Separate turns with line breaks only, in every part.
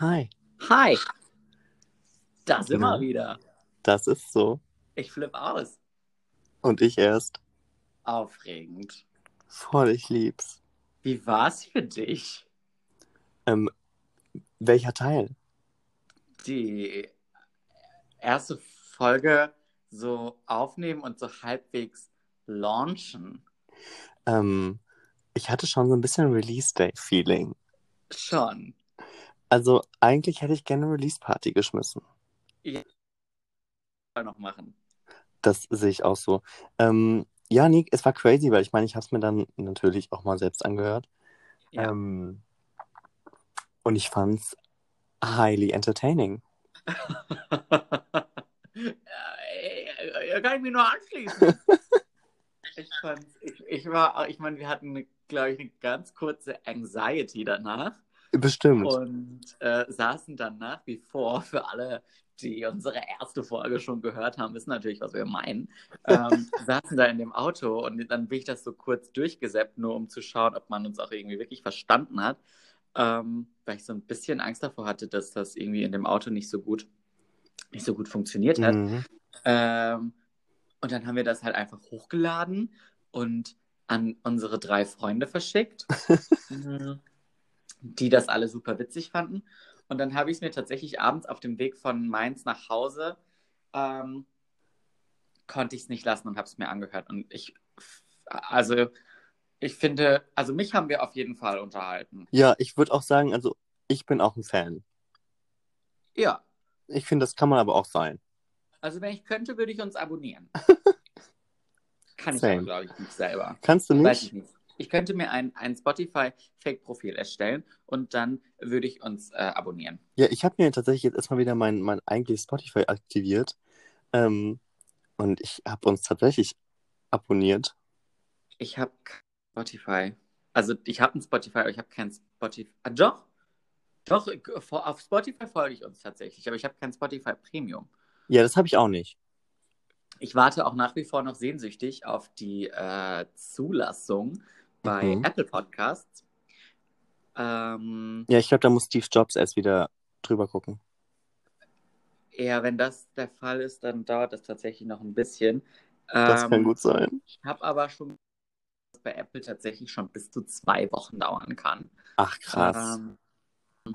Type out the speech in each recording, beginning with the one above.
Hi.
Hi, da sind
Na?
wir wieder.
Das ist so.
Ich flippe aus.
Und ich erst.
Aufregend.
Voll, ich lieb's.
Wie war's für dich,
Ähm, welcher Teil?
die erste Folge so aufnehmen und so halbwegs launchen?
Ähm, ich hatte schon so ein bisschen Release-Day-Feeling.
Schon.
Also eigentlich hätte ich gerne Release-Party geschmissen.
Mal noch machen.
Das sehe ich auch so. Ähm, ja, Nick, es war crazy, weil ich meine, ich habe es mir dann natürlich auch mal selbst angehört.
Ja.
Ähm, und ich fand's highly entertaining.
ja, kann ich mich nur anschließen. ich, fand, ich, ich war, ich meine, wir hatten, glaube ich, eine ganz kurze Anxiety danach.
Bestimmt.
und äh, saßen dann nach wie vor für alle, die unsere erste Folge schon gehört haben, wissen natürlich, was wir meinen, ähm, saßen da in dem Auto und dann bin ich das so kurz durchgesäppt, nur um zu schauen, ob man uns auch irgendwie wirklich verstanden hat, ähm, weil ich so ein bisschen Angst davor hatte, dass das irgendwie in dem Auto nicht so gut, nicht so gut funktioniert hat.
Mhm.
Ähm, und dann haben wir das halt einfach hochgeladen und an unsere drei Freunde verschickt, Mhm. die das alle super witzig fanden. Und dann habe ich es mir tatsächlich abends auf dem Weg von Mainz nach Hause, ähm, konnte ich es nicht lassen und habe es mir angehört. Und ich, also ich finde, also mich haben wir auf jeden Fall unterhalten.
Ja, ich würde auch sagen, also ich bin auch ein Fan.
Ja,
Ich finde, das kann man aber auch sein.
also wenn ich könnte, würde ich uns abonnieren. Kann ich
Same.
aber, glaube ich, nicht selber.
Kannst du
Weiß ich
nicht?
nicht. Ich könnte mir ein, ein Spotify-Fake-Profil erstellen und dann würde ich uns äh, abonnieren.
Ja, ich habe mir tatsächlich jetzt erstmal wieder mein, mein eigentliches Spotify aktiviert. Ähm, und ich habe uns tatsächlich abonniert.
Ich habe Spotify. Also ich habe ein Spotify, aber ich habe kein Spotify. Ah, doch. Doch, ich- vor- auf Spotify folge ich uns tatsächlich, aber ich habe kein Spotify Premium.
Ja, das habe ich auch nicht.
Ich warte auch nach wie vor noch sehnsüchtig auf die äh, Zulassung bei
Mhm.
Apple Podcasts. Ähm,
Ja, ich glaube, da muss Steve Jobs erst wieder drüber gucken.
ja, wenn das der Fall ist, dann dauert das tatsächlich noch ein bisschen.
Das kann
Ähm,
gut sein.
Ich habe aber schon, dass bei Apple tatsächlich schon bis zu zwei Wochen dauern kann.
Ach, krass.
Ähm,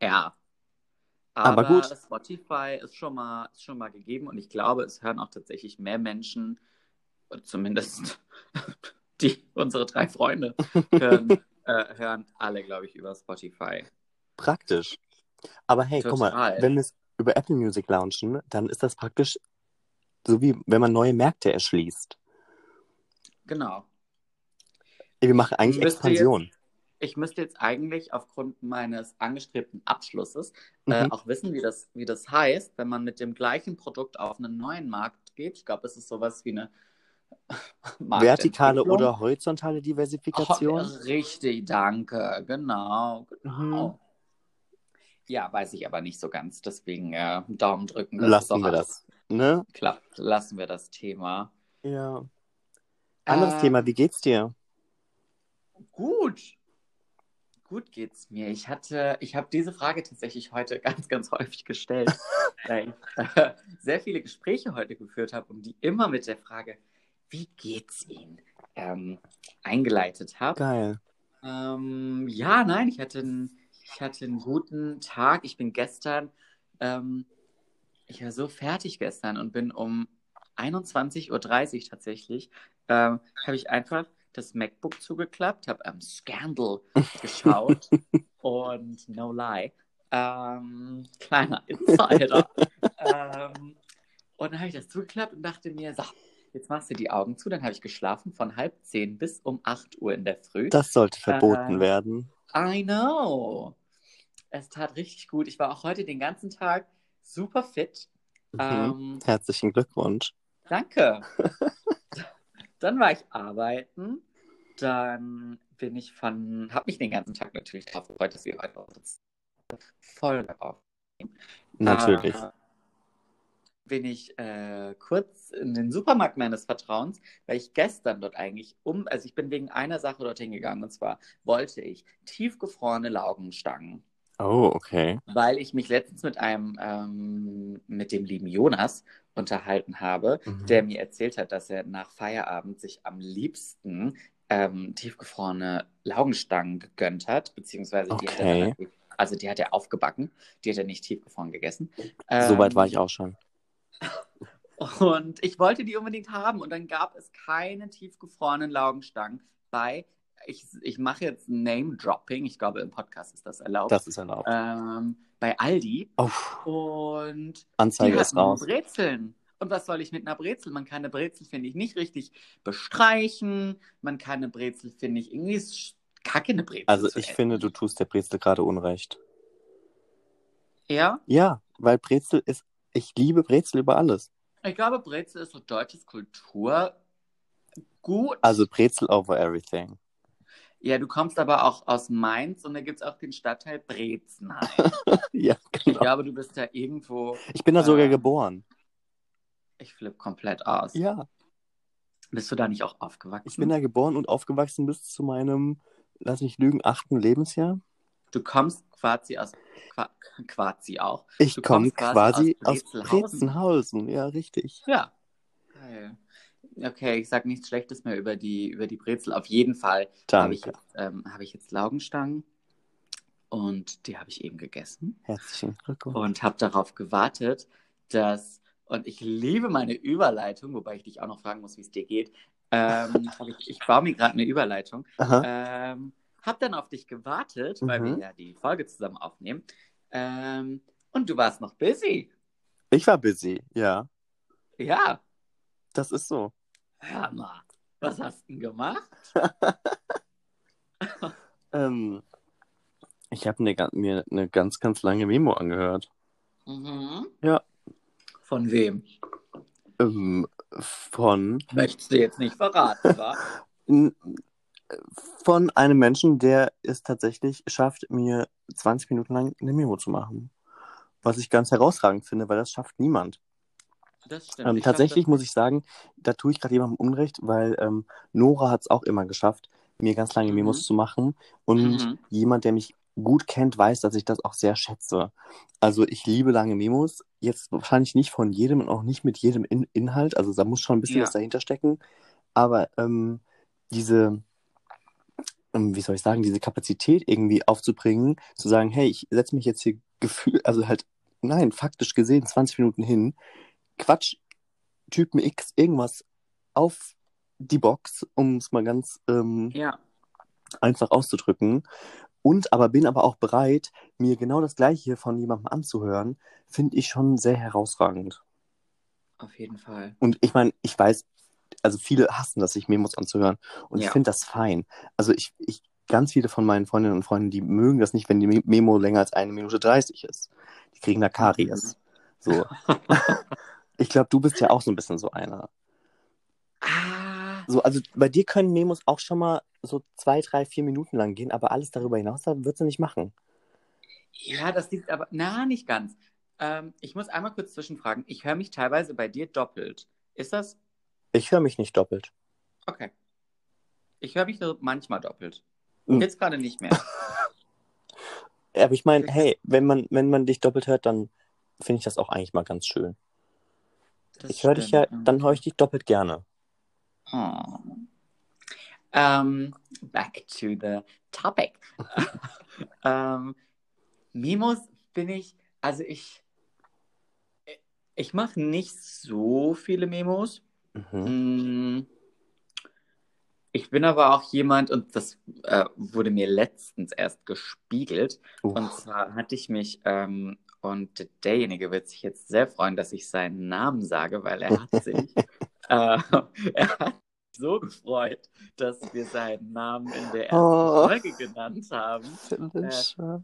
ja.
Aber
Aber
gut.
Spotify ist schon mal, ist schon mal gegeben und ich glaube, es hören auch tatsächlich mehr Menschen, oder zumindest die unsere drei Freunde hören, äh, hören alle, glaube ich, über Spotify.
Praktisch. Aber hey, guck mal,
Total.
wenn wir es über Apple Music launchen, dann ist das praktisch so wie wenn man neue Märkte erschließt.
Genau.
Ey, Wir machen eigentlich
Müsste jetzt-
Expansion.
Ich müsste jetzt eigentlich aufgrund meines angestrebten Abschlusses äh,
Mhm.
auch wissen, wie das, wie das heißt, wenn man mit dem gleichen Produkt auf einen neuen Markt geht. Ich glaube, es ist sowas wie eine
Vertikale
Marktentwicklung.
oder horizontale Diversifikation?
Ho- richtig, danke. Genau, genau.
Mhm.
Ja, weiß ich aber nicht so ganz. Deswegen äh, Daumen drücken, dass das
Lassen
auch
wir das.
alles
Ne?
klappt. Lassen wir das Thema.
Ja. Anderes Thema,
Ähm,
wie geht's dir?
Gut. Gut geht's mir. Ich hatte, ich habe diese Frage tatsächlich heute ganz, ganz häufig gestellt, weil ich äh, sehr viele Gespräche heute geführt habe und die immer mit der Frage, wie geht's Ihnen, ähm, eingeleitet habe.
Geil.
Ähm, ja, nein, ich hatte, einen, ich hatte einen guten Tag. Ich bin gestern, ähm, ich war so fertig gestern und bin um 21.30 Uhr tatsächlich, ähm, habe ich einfach das MacBook zugeklappt, habe am Scandal geschaut und no lie, ähm, kleiner Insider. ähm, und dann habe ich das zugeklappt und dachte mir, so, jetzt machst du die Augen zu. Dann habe ich geschlafen von halb zehn bis um 8 Uhr in der Früh.
Das sollte verboten
Äh,
werden.
I know. Es tat richtig gut. Ich war auch heute den ganzen Tag super fit.
Mhm.
Ähm,
Herzlichen Glückwunsch.
danke. Dann war ich arbeiten. Dann bin ich von, habe mich den ganzen Tag natürlich darauf gefreut, dass wir heute auch voll drauf.
Natürlich.
Äh, bin ich äh, kurz in den Supermarkt meines Vertrauens, weil ich gestern dort eigentlich um, also ich bin wegen einer Sache dorthin gegangen und zwar wollte ich tiefgefrorene Laugenstangen.
Oh, okay.
weil ich mich letztens mit einem, ähm, mit dem lieben Jonas unterhalten habe,
Mhm.
der mir erzählt hat, dass er nach Feierabend sich am liebsten ähm, tiefgefrorene Laugenstangen gegönnt hat, beziehungsweise die hat er,
Okay.
dann- also die hat er aufgebacken, die hat er nicht tiefgefroren gegessen.
so weit
Ähm,
war ich auch schon.
und ich wollte die unbedingt haben und dann gab es keine tiefgefrorenen Laugenstangen bei, ich, ich mache jetzt Name-Dropping, ich glaube im Podcast ist das erlaubt,
Das ist erlaubt.
ähm, bei Aldi
Uff,
und
Anzeige
die
ist
hatten
raus.
Brezeln. Und was soll ich mit einer Brezel? Man kann eine Brezel, finde ich, nicht richtig bestreichen. Man kann eine Brezel, finde ich, irgendwie ist sch- kacke eine Brezel.
Also
zu
ich
essen.
finde, du tust der Brezel gerade Unrecht.
Ja,
Ja, weil Brezel ist, ich liebe Brezel über alles.
ich glaube, Brezel ist so deutsches Kulturgut.
Also Brezel over everything.
Ja, du kommst aber auch aus Mainz und da gibt es auch den Stadtteil Brezenheim.
ja,
Ich
genau.
glaube, du bist da irgendwo.
Ich bin da sogar
Ähm,
geboren.
Ich flippe komplett aus.
Ja,
Bist du da nicht auch aufgewachsen?
ich bin da geboren und aufgewachsen bis zu meinem, lass mich lügen, achten Lebensjahr.
Du kommst quasi aus. Qua quasi auch.
Ich
Du
komme
kommst quasi
quasi aus
aus Brezelhausen.
Brezenhausen. Ja, richtig.
Ja. Geil. Okay, ich sag nichts Schlechtes mehr über die, über die Brezel. Auf jeden Fall habe ich,
Danke.
jetzt, ähm, habe ich jetzt Laugenstangen und die habe ich eben gegessen
Herzlichen Glückwunsch.
und habe darauf gewartet, dass, und ich liebe meine Überleitung, wobei ich dich auch noch fragen muss, wie es dir geht. Ähm, aber ich, ich baue mir gerade eine Überleitung.
Aha.
Ähm, hab dann auf dich gewartet, weil
Mhm.
wir ja die Folge zusammen aufnehmen. Ähm, und du warst noch busy.
Ich war busy, ja.
Ja.
Das ist so.
Hör mal, was hast du denn gemacht?
Ähm, ich habe mir, mir eine ganz, ganz lange Memo angehört.
Mhm.
Ja.
Von wem?
Ähm, von,
Möchtest du jetzt nicht verraten, wa?
von einem Menschen, der es tatsächlich schafft, mir 20 Minuten lang eine Memo zu machen. Was ich ganz herausragend finde, weil das schafft niemand.
Das stimmt.
Ähm,
Ich schaff
tatsächlich
das-
muss ich sagen, da tue ich gerade jemandem Unrecht, weil ähm, Nora hat es auch immer geschafft, mir ganz lange
Mhm.
Memos zu machen. Und
Mhm.
jemand, der mich gut kennt, weiß, dass ich das auch sehr schätze. Also ich liebe lange Memos. Jetzt wahrscheinlich nicht von jedem und auch nicht mit jedem In Inhalt. Also da muss schon ein bisschen
Ja.
was dahinter stecken. Aber ähm, diese, ähm, wie soll ich sagen, diese Kapazität irgendwie aufzubringen, zu sagen, hey, ich setze mich jetzt hier Gefühl, also halt, nein, faktisch gesehen 20 Minuten hin, Quatsch, Typen X, irgendwas auf die Box, um es mal ganz ähm,
Ja.
einfach auszudrücken. Und aber bin aber auch bereit, mir genau das Gleiche von jemandem anzuhören, finde ich schon sehr herausragend.
Auf jeden Fall.
Und ich meine, ich weiß, also viele hassen das, sich Memos anzuhören. Und ich
Ja.
finde das fein. Also ich, ich, ganz viele von meinen Freundinnen und Freunden, die mögen das nicht, wenn die Me- Memo länger als eine Minute 30 ist. Die kriegen da Karies. So. ich glaube, du bist ja auch so ein bisschen so einer.
Ah,
So, also bei dir können Memos auch schon mal so zwei, drei, vier Minuten lang gehen, aber alles darüber hinaus da wird sie nicht machen.
ja, das liegt aber. Na, nicht ganz. Ähm, ich muss einmal kurz zwischenfragen. Ich höre mich teilweise bei dir doppelt. Ist das?
Ich höre mich nicht doppelt.
Okay. Ich höre mich nur manchmal doppelt.
Mhm.
Jetzt gerade nicht mehr.
Aber ich meine, hey, wenn man, wenn man dich doppelt hört, dann finde ich das auch eigentlich mal ganz schön.
Das
Ich höre dich ja,
stimmt.
dann höre ich dich doppelt gerne.
Oh. Ähm, back to the topic. ähm, Memos bin ich, also ich, ich mache nicht so viele Memos.
Mhm.
Mm, Ich bin aber auch jemand, und das äh, wurde mir letztens erst gespiegelt. Und
Uff.
zwar hatte ich mich, ähm, und derjenige wird sich jetzt sehr freuen, dass ich seinen Namen sage, weil er hat sich, äh, er hat sich so gefreut, dass wir seinen Namen in der ersten
Oh.
Folge genannt haben. Äh,
Felicia.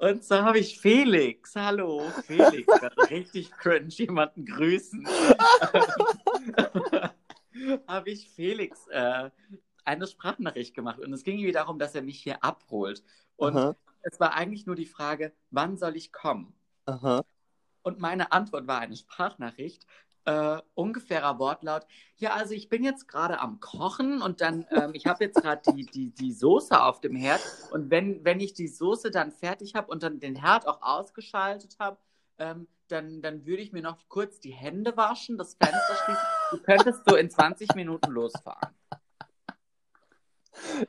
Und so habe ich Felix. Hallo, Felix. Gerade richtig cringe, jemanden grüßen. habe ich Felix äh, eine Sprachnachricht gemacht. Und es ging irgendwie darum, dass er mich hier abholt. Und
Aha,
es war eigentlich nur die Frage, wann soll ich kommen?
aha.
Und meine Antwort war eine Sprachnachricht. äh, ungefährer Wortlaut. Ja, also ich bin jetzt gerade am Kochen und dann, ähm, ich habe jetzt gerade die, die, die Soße auf dem Herd und wenn, wenn ich die Soße dann fertig habe und dann den Herd auch ausgeschaltet habe, ähm, dann, dann würde ich mir noch kurz die Hände waschen, das Fenster schließen. Du könntest so in 20 Minuten losfahren.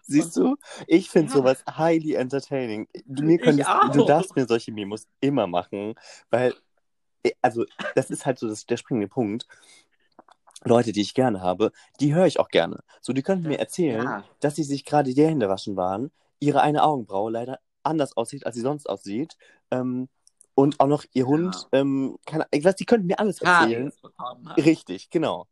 Siehst du, ich finde
Ja.
sowas highly entertaining. Du, mir
Ich
könntest, du
auch.
darfst mir solche Memos immer machen, weil, äh, also, das ist halt so das, der springende Punkt. Leute, die ich gerne habe, die höre ich auch gerne. So, die könnten mir
Das-
erzählen, dass sie sich gerade die Hände waschen waren, ihre eine Augenbraue leider anders aussieht, als sie sonst aussieht, ähm, und auch noch ihr Hund, ähm, keine, ich weiß, die könnten mir alles erzählen.
Karies bekommen hat.
Richtig, genau.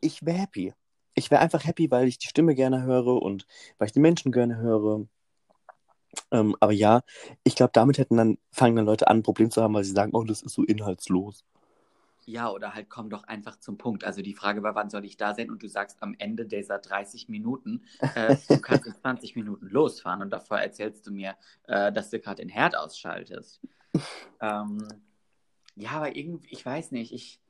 Ich wäre happy. Ich wäre einfach happy, weil ich die Stimme gerne höre und weil ich die Menschen gerne höre. Ähm, aber ja, ich glaube, damit hätten dann, fangen dann Leute an, ein Problem zu haben, weil sie sagen, oh, das ist so inhaltslos.
Ja, oder halt komm doch einfach zum Punkt. Also die Frage war, wann soll ich da sein? Und du sagst am Ende dieser 30 Minuten, äh, du kannst in 20 Minuten losfahren und davor erzählst du mir, äh, dass du gerade den Herd ausschaltest. Ähm, ja, aber irgendwie, ich weiß nicht, ich.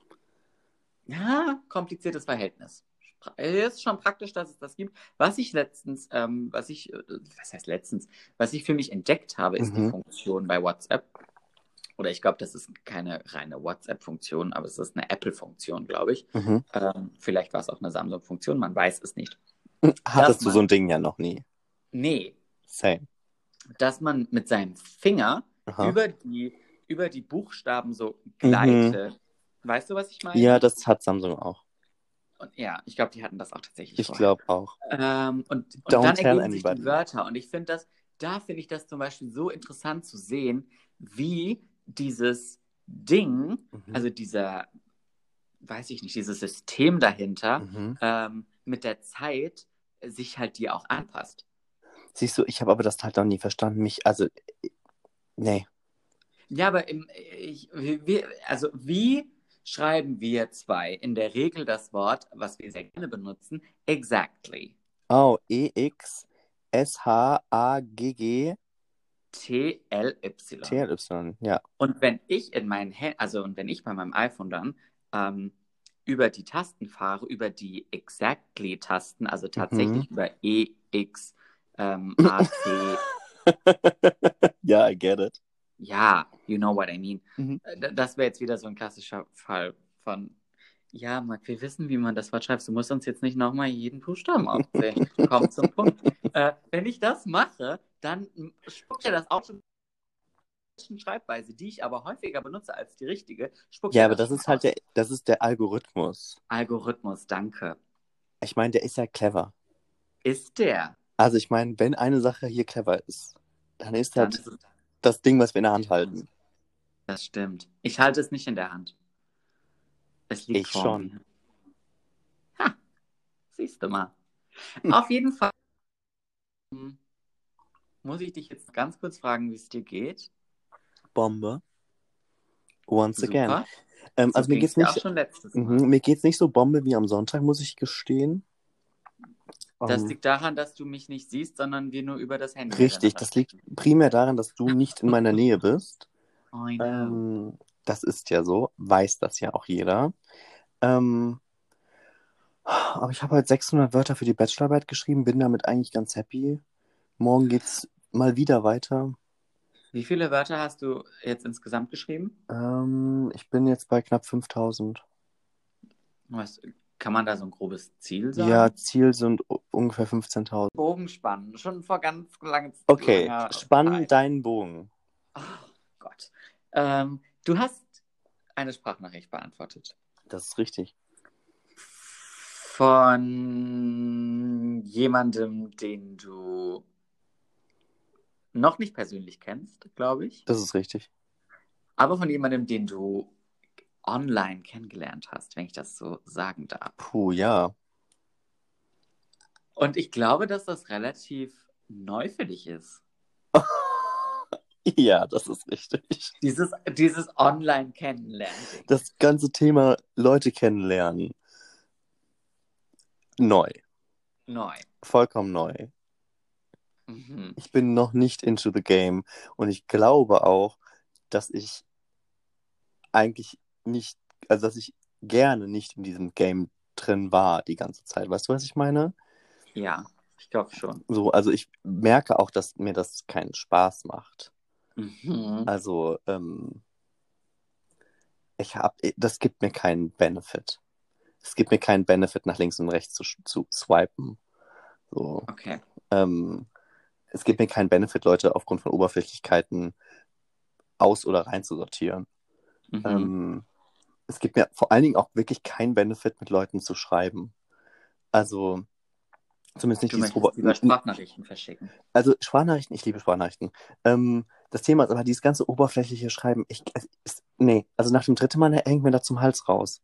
Ja, kompliziertes Verhältnis. Pra- Es ist schon praktisch, dass es das gibt. Was ich letztens, ähm, was ich, äh, was heißt letztens, was ich für mich entdeckt habe, ist
Mhm.
die Funktion bei WhatsApp. Oder ich glaube, das ist keine reine WhatsApp-Funktion, aber es ist eine Apple-Funktion, glaube ich.
Mhm.
Ähm, vielleicht war es auch eine Samsung-Funktion, man weiß es nicht.
Hattest du
man.
so ein Ding ja noch nie.
Nee,
Same.
dass man mit seinem Finger
Aha.
über die, über die Buchstaben so gleitet. Weißt du, was ich meine?
Mhm. Ja, das hat Samsung auch.
Und, ja, ich glaube, die hatten das auch tatsächlich
Ich
vorher.
glaube auch.
Ähm, und und
Don't
dann
tell
ergeben sich
anybody.
die Wörter. Und ich finde das, da finde ich das zum Beispiel so interessant zu sehen, wie dieses Ding,
Mhm.
also dieser, weiß ich nicht, dieses System dahinter,
Mhm.
ähm, mit der Zeit sich halt dir auch anpasst.
Siehst du, ich habe aber das halt noch nie verstanden. Mich, also, äh, nee.
Ja, aber im, ich, wir, also wie schreiben wir zwei in der Regel das Wort, was wir sehr gerne benutzen, exactly?
Oh, E-X-S-H-A-G-G.
T-L-Y.
TLY, ja.
Und wenn ich in meinen Händen, also und wenn ich bei meinem iPhone dann ähm, über die Tasten fahre, über die Exactly-Tasten, also tatsächlich über E, X, ähm, A, T,
ja, I get it.
ja, you know what I mean.
Mhm.
Äh, d- Das wäre jetzt wieder so ein klassischer Fall von, ja, Marc, wir wissen, wie man das Wort schreibt. Du musst uns jetzt nicht nochmal jeden Buchstaben aufzählen. Komm zum Punkt. Äh, wenn ich das mache, dann m, spuckt ja das auch schon Schreibweise, die ich aber häufiger benutze als die richtige. Spuckt
Ja,
er
aber das
schon
ist halt
aus.
der, das ist der Algorithmus.
Algorithmus, danke.
Ich meine, der ist ja clever.
Ist der?
Also ich meine, wenn eine Sache hier clever ist, dann ist
Dann
das
ist es,
das Ding, was wir in der Hand halten.
das stimmt. Ich halte es nicht in der Hand. Es liegt
Ich
vor
schon.
mir. Ha, siehst du mal. Auf jeden Fall hm, muss ich dich jetzt ganz kurz fragen, wie es dir geht.
Bombe. Once again.
Super.
Ähm, also
so
mir geht's
ging's dir auch
nicht,
schon letztes Mal.
mhm, mir geht's nicht so Bombe wie am Sonntag, muss ich gestehen.
Das
Ähm,
liegt daran, dass du mich nicht siehst, sondern wir nur über das Handy
richtig,
miteinander
das liegt primär daran, dass du nicht in meiner Nähe bist.
sprechen. Oh, I know.
Ähm, das ist ja so, weiß das ja auch jeder. Ähm, aber ich habe halt 600 Wörter für die Bachelorarbeit geschrieben, bin damit eigentlich ganz happy. Morgen geht's mal wieder weiter.
Wie viele Wörter hast du jetzt insgesamt geschrieben?
Ähm, ich bin jetzt bei knapp 5000.
Was, kann man da so ein grobes Ziel sagen?
Ja, Ziel sind u- ungefähr 15.000.
Bogen spannen, schon vor ganz lang,
Okay,
langer
spann
Zeit.
deinen Bogen.
Ach Oh Gott. Ähm, du hast eine Sprachnachricht beantwortet.
Das ist richtig.
Von jemandem, den du noch nicht persönlich kennst, glaube ich,
Das ist richtig.
aber von jemandem, den du online kennengelernt hast, wenn ich das so sagen darf.
Puh, ja.
Und ich glaube, dass das relativ neu für dich ist.
Ja, das ist richtig.
Dieses, dieses Online-Kennenlernen.
Das ganze Thema Leute kennenlernen. Neu.
Neu.
Vollkommen neu.
Mhm.
Ich bin noch nicht into the game. Und ich glaube auch, dass ich eigentlich nicht, also dass ich gerne nicht in diesem Game drin war die ganze Zeit. Weißt du, was ich meine?
Ja, ich glaube schon.
So, also ich merke auch, dass mir das keinen Spaß macht.
Mhm.
Also, ähm, ich habe, das gibt mir keinen Benefit. Es gibt mir keinen Benefit, nach links und rechts zu, sch- zu swipen. So,
Okay.
ähm, es gibt mir keinen Benefit, Leute aufgrund von Oberflächlichkeiten aus- oder reinzusortieren.
Mhm.
Ähm, es gibt mir vor allen Dingen auch wirklich keinen Benefit, mit Leuten zu schreiben. Also, zumindest nicht
du
dieses
möchtest lieber
Ober-
Sprachnachrichten verschicken.
Also, Sprachnachrichten, ich liebe Sprachnachrichten. Ähm, das Thema ist aber dieses ganze oberflächliche Schreiben. Ich, es ist, nee, also nach dem dritten Mal hängt mir da zum Hals raus.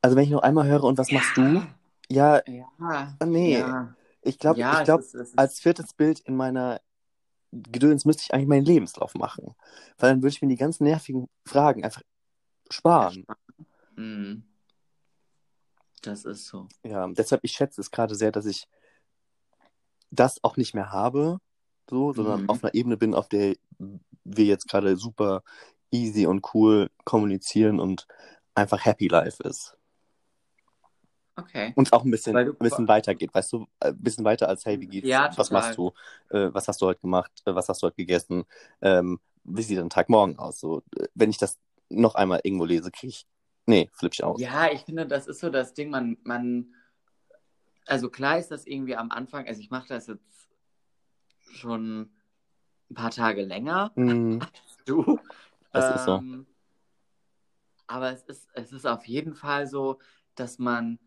Also, wenn ich noch einmal höre, und was machst du? Ja,
Ja.
nee.
Ja,
ich glaube,
ja,
ich glaube,
es ist, es ist,
als viertes Bild in meiner Gedöns müsste ich eigentlich meinen Lebenslauf machen. Weil dann würde ich mir die ganzen nervigen Fragen einfach sparen.
Mhm. Das ist so.
Ja, deshalb, ich schätze es gerade sehr, dass ich das auch nicht mehr habe, so, sondern
Mhm.
auf einer Ebene bin, auf der wir jetzt gerade super easy und cool kommunizieren und einfach happy life ist.
Okay.
Und auch ein bisschen,
Weil du-
ein bisschen weiter geht, weißt du, äh, ein bisschen weiter als, hey, wie geht's?
Ja,
was
total.
machst du? Äh, was hast du heute gemacht? Äh, was hast du heute gegessen? Ähm, wie sieht dein Tag morgen aus? So, äh, wenn ich das noch einmal irgendwo lese, kriege ich, nee, flipp ich aus.
Ja, ich finde, das ist so das Ding, man, man, also klar ist das irgendwie am Anfang, also ich mache das jetzt schon ein paar Tage länger
Mhm.
als du.
Das ist so.
Ähm, Aber es ist, es ist auf jeden Fall so, dass man,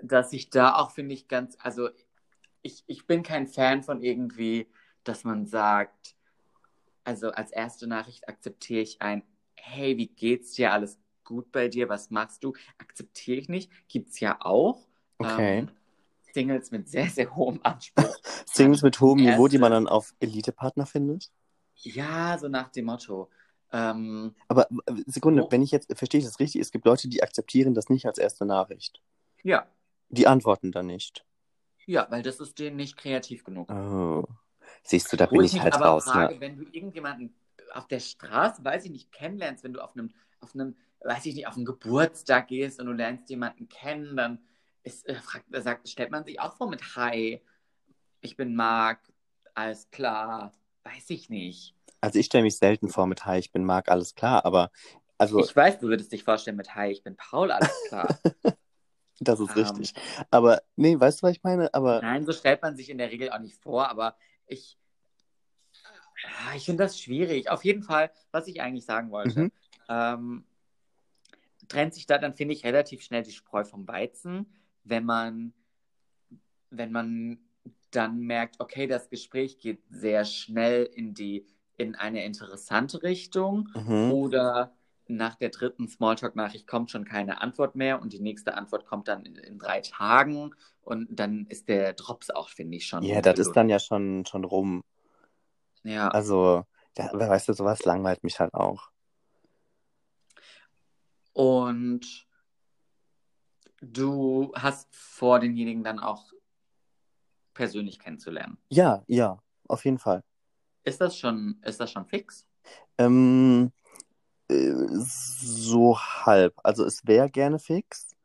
dass ich da auch, finde ich, ganz, also ich, ich bin kein Fan von irgendwie, dass man sagt, also als erste Nachricht akzeptiere ich ein, hey, wie geht's dir? Alles gut bei dir? Was machst du? Akzeptiere ich nicht. Gibt's ja auch.
Okay.
Ähm, Singles mit sehr, sehr hohem Anspruch.
Singles mit hohem Niveau, die
Erste-
man dann auf Elite-Partner findet?
ja, so nach dem Motto. Ähm,
Aber äh, Sekunde,
Oh.
wenn ich jetzt, verstehe ich das richtig, es gibt Leute, die akzeptieren das nicht als erste Nachricht.
ja,
Die antworten dann nicht.
ja, weil das ist denen nicht kreativ genug.
Oh. Siehst du, da
Wo
bin ich,
mich
halt
aber
raus.
frage,
Ne?
wenn du irgendjemanden auf der Straße, weiß ich nicht, kennenlernst, wenn du auf einem, auf einem, weiß ich nicht, auf einen Geburtstag gehst und du lernst jemanden kennen, dann ist, äh, fragt, äh, sagt, stellt man sich auch vor mit Hi, ich bin Marc, alles klar, weiß ich nicht.
Also ich stelle mich selten vor mit Hi, ich bin Marc, alles klar, aber also
Ich weiß, du würdest dich vorstellen mit Hi, ich bin Paul, alles klar.
das ist
ähm,
richtig. Aber nee, weißt du, was ich meine? Aber
Nein, so stellt man sich in der Regel auch nicht vor, aber ich, Ah, ich finde das schwierig. Auf jeden Fall, was ich eigentlich sagen wollte,
Mhm.
ähm, trennt sich da dann, finde ich, relativ schnell die Spreu vom Weizen, wenn man, wenn man dann merkt, okay, das Gespräch geht sehr schnell in die, in eine interessante Richtung
mhm.
oder nach der dritten Smalltalk-Nachricht kommt schon keine Antwort mehr und die nächste Antwort kommt dann in, in drei Tagen und dann ist der Drops auch, finde ich, schon.
ja, das ist dann ja schon, schon rum.
Ja.
Also, ja, aber weißt du, sowas langweilt mich halt auch.
Und du hast vor, denjenigen dann auch persönlich kennenzulernen.
Ja, ja, auf jeden Fall.
Ist das schon, ist das schon fix?
Ähm, äh, so halb. Also es wäre gerne fix.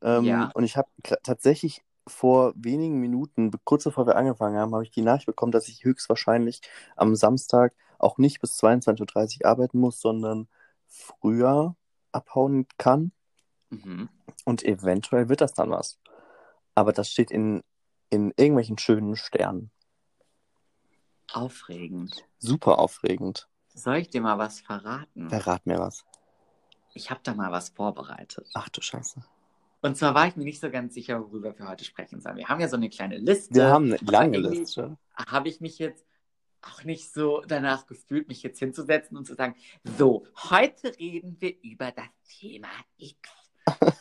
Ähm,
Ja.
Und ich habe tatsächlich vor wenigen Minuten, be- kurz bevor wir angefangen haben, habe ich die Nachricht bekommen, dass ich höchstwahrscheinlich am Samstag auch nicht bis 22.30 Uhr arbeiten muss, sondern früher abhauen kann.
Mhm.
Und eventuell wird das dann was. Aber das steht in, in irgendwelchen schönen Sternen.
Aufregend.
Super aufregend.
Soll ich dir mal was verraten?
Verrat mir was.
Ich habe da mal was vorbereitet.
Ach du Scheiße.
Und zwar war ich mir nicht so ganz sicher, worüber wir heute sprechen sollen. Wir haben ja so eine kleine Liste.
Wir haben eine lange
irgendwie-
Liste.
Habe ich mich jetzt auch nicht so danach gefühlt, mich jetzt hinzusetzen und zu sagen, so, heute reden wir über das Thema X.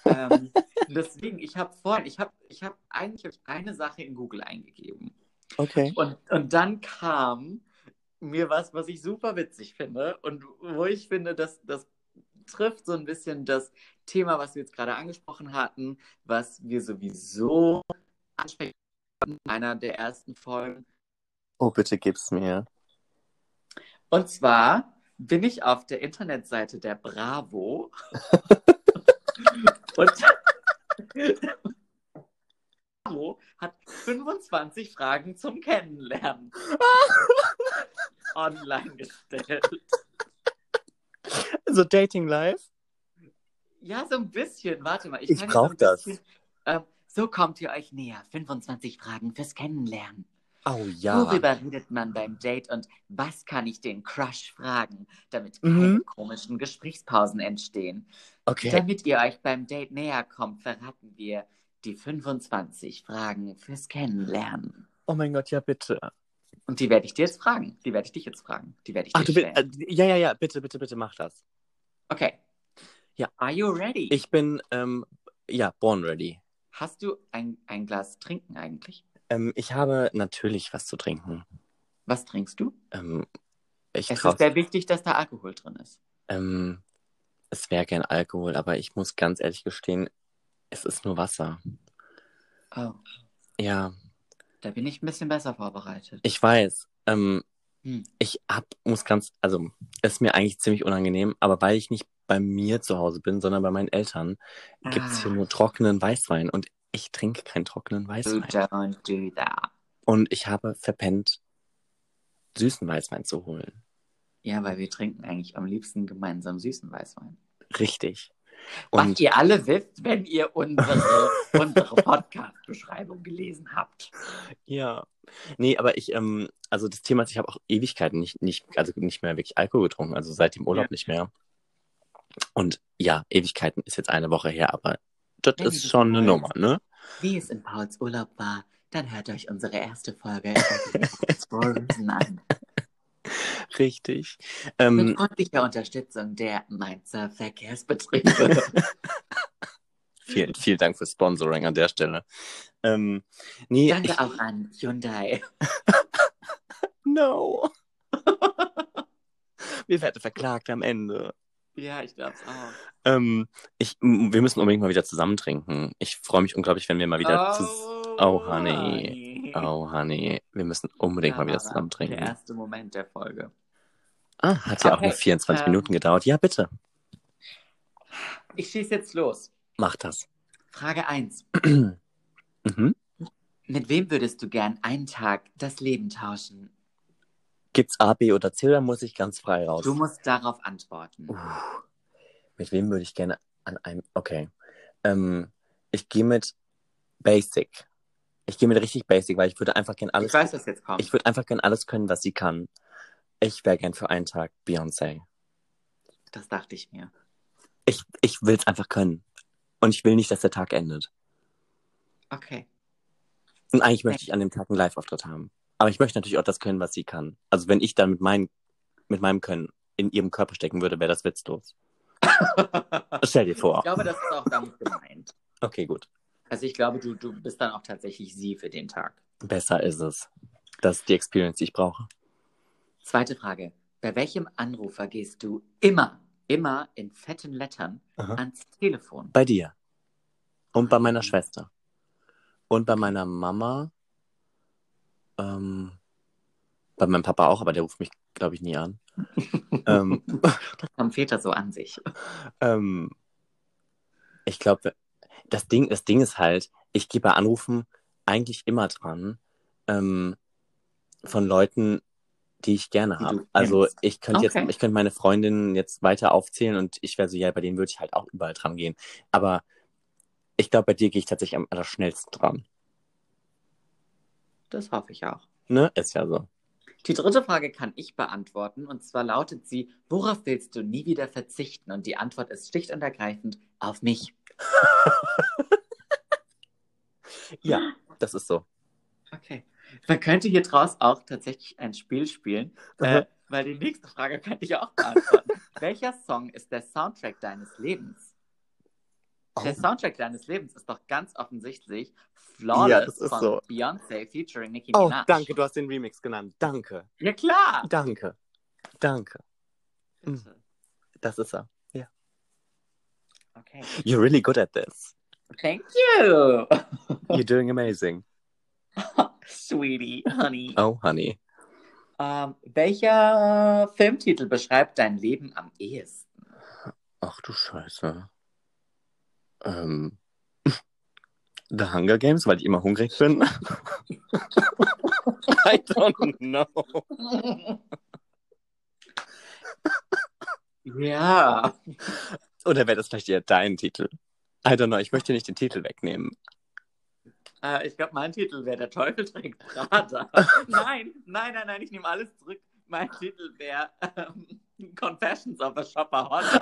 ähm, deswegen, ich habe vorhin, ich habe ich hab eigentlich hab ich eine Sache in Google eingegeben.
Okay.
Und, und dann kam mir was, was ich super witzig finde und wo ich finde, dass das trifft so ein bisschen das Thema, was wir jetzt gerade angesprochen hatten, was wir sowieso ansprechen in einer der ersten Folgen.
Oh, bitte gib's mir.
Und zwar bin ich auf der Internetseite der Bravo Und Caro hat 25 Fragen zum Kennenlernen online gestellt.
So Dating Life.
Ja, so ein bisschen. Warte mal.
Ich
kann jetzt
brauch
so ein
das.
bisschen- Ähm, so kommt ihr euch näher. 25 Fragen fürs Kennenlernen.
Oh ja.
Worüber redet man beim Date und was kann ich den Crush fragen, damit
Mhm.
keine komischen Gesprächspausen entstehen?
Okay.
Damit ihr euch beim Date näher kommt, verraten wir die 25 Fragen fürs Kennenlernen.
Oh mein Gott, ja bitte.
Und die werde ich dir jetzt fragen. Die werde ich dich jetzt fragen. Die werde ich dir
Ach, du bist,
stellen.
äh, ja, ja, ja, bitte, bitte, bitte mach das.
okay.
Ja.
Are you ready?
Ich bin, ähm, ja, born ready.
Hast du ein, ein Glas trinken eigentlich?
Ähm, ich habe natürlich was zu trinken.
Was trinkst du?
Ähm, ich
Es
traue
ist sehr wichtig, dass da Alkohol drin ist.
ähm, es wäre gern Alkohol, aber ich muss ganz ehrlich gestehen, es ist nur Wasser.
Oh,
Ja,
da bin ich ein bisschen besser vorbereitet.
ich weiß. Ähm,
Hm.
ich hab, muss ganz, also ist mir eigentlich ziemlich unangenehm, aber weil ich nicht bei mir zu Hause bin, sondern bei meinen Eltern, gibt es hier
Ah.
nur trockenen Weißwein und ich trinke keinen trockenen
You
Weißwein.
don't do that.
Und ich habe verpennt, süßen Weißwein zu holen.
Ja, weil wir trinken eigentlich am liebsten gemeinsam süßen Weißwein.
Richtig.
Was
Und
ihr alle wisst, wenn ihr unsere, unsere Podcast-Beschreibung gelesen habt.
ja. Nee, aber ich, ähm, also das Thema ist, ich habe auch Ewigkeiten nicht, nicht, also nicht mehr wirklich Alkohol getrunken, also seit dem Urlaub
Ja.
nicht mehr. Und ja, Ewigkeiten ist jetzt eine Woche her, aber das
Wenn ihr
ist
das
schon eine
wollt.
Nummer, ne?
Wie es in Pauls Urlaub war, dann hört euch unsere erste Folge aus Rosen an.
Richtig.
Mit
Ähm,
freundlicher Unterstützung der Mainzer Verkehrsbetriebe.
vielen, vielen Dank fürs Sponsoring an der Stelle. Ähm, nee,
Danke
ich,
auch an Hyundai.
no. Wir werden verklagt am Ende.
Ja, ich glaube es auch.
Ähm, ich, m- wir müssen unbedingt mal wieder zusammen trinken. Ich freue mich unglaublich, wenn wir mal wieder zusammen.
oh,
oh, honey.
honey.
Oh, honey. Wir müssen unbedingt
Da
mal wieder
war
zusammen
Der
trinken.
erste Moment der Folge.
Ah, hat ja auch
Okay,
nur 24
ähm,
Minuten gedauert. Ja, bitte.
Ich schieße jetzt los.
Mach das.
Frage 1.
Mhm.
Mit wem würdest du gern einen Tag das Leben tauschen?
Gibt's A, B oder C oder muss ich ganz frei raus?
Du musst darauf antworten.
Uff. Mit wem würde ich gerne an einem. Okay. Ähm, ich gehe mit Basic. Ich gehe mit richtig Basic, weil ich würde einfach gerne alles.
ich weiß, was jetzt kommt.
Ich würde einfach gerne alles können, was sie kann. Ich wäre gern für einen Tag Beyoncé.
das dachte ich mir.
Ich, ich will es einfach können. Und ich will nicht, dass der Tag endet.
Okay.
Und eigentlich möchte ich an dem Tag einen Live-Auftritt haben. Aber ich möchte natürlich auch das können, was sie kann. Also wenn ich dann mit, mein, mit meinem Können in ihrem Körper stecken würde, wäre das witzlos.
ich
Stell dir vor.
glaube, das ist auch damit gemeint.
Okay, gut.
Also ich glaube, du, du bist dann auch tatsächlich sie für den Tag.
Besser ist es. Das ist die Experience, die ich brauche.
Zweite Frage. Bei welchem Anrufer gehst du immer, immer in fetten Lettern
Aha.
ans Telefon?
Bei dir. Und bei meiner Schwester. Und bei meiner Mama. Ähm, bei meinem Papa auch, aber der ruft mich, glaube ich, nie an. ähm,
Haben Väter so an sich.
Ähm, ich glaube, das Ding, das Ding ist halt, ich gehe bei Anrufen eigentlich immer dran ähm, von Leuten, die ich gerne
Die du
habe.
kennst.
Also ich könnte
Okay.
jetzt, ich könnte meine Freundinnen jetzt weiter aufzählen und ich wäre so, ja, bei denen würde ich halt auch überall dran gehen. Aber ich glaube, bei dir gehe ich tatsächlich am allerschnellsten dran.
Das hoffe ich auch.
Ne? Ist ja so.
Die dritte Frage kann ich beantworten und zwar lautet sie, worauf willst du nie wieder verzichten? Und die Antwort ist schlicht und ergreifend auf mich.
Ja, das ist so.
Okay. Man könnte hier draus auch tatsächlich ein Spiel spielen, äh,
Aha.
weil die nächste Frage kann ich auch beantworten. Welcher Song ist der Soundtrack deines Lebens? Der Soundtrack deines Lebens ist doch ganz offensichtlich Flawless
Oh. Ja, das ist
von
so.
Beyoncé featuring Nicki
Oh,
Minaj.
danke, du hast den Remix genannt. Danke,
Ja, klar.
danke, danke.
Bitte.
Hm. Das ist er.
Okay.
You're really good at this.
Thank you,
You're doing amazing.
sweetie, honey.
Oh, honey.
Ähm, welcher Filmtitel beschreibt dein Leben am ehesten?
Ach du Scheiße. Ähm, The Hunger Games, weil ich immer hungrig bin. I don't know.
Ja.
Oder wäre das vielleicht eher dein Titel? I don't know, ich möchte nicht den Titel wegnehmen.
Äh, ich glaube, mein Titel wäre Der Teufel trägt Prada. nein, nein, nein, nein, ich nehme alles zurück. Mein Titel wäre ähm, Confessions of a Shopper Hot.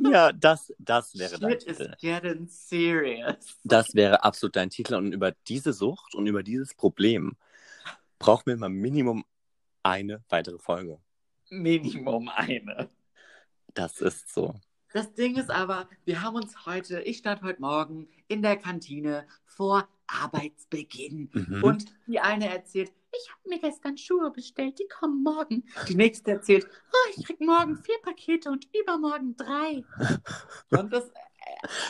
Ja, das, das wäre dein
Shit is
Titel.
getting serious.
Das wäre absolut dein Titel. Und über diese Sucht und über dieses Problem brauchen wir immer Minimum eine weitere Folge.
Minimum eine.
Das ist so.
Das Ding ist aber, wir haben uns heute, ich stand heute Morgen in der Kantine vor Arbeitsbeginn.
Mhm.
Und die eine erzählt, ich habe mir gestern Schuhe bestellt, die kommen morgen. Die nächste erzählt, oh, ich krieg morgen vier Pakete und übermorgen drei. Und das,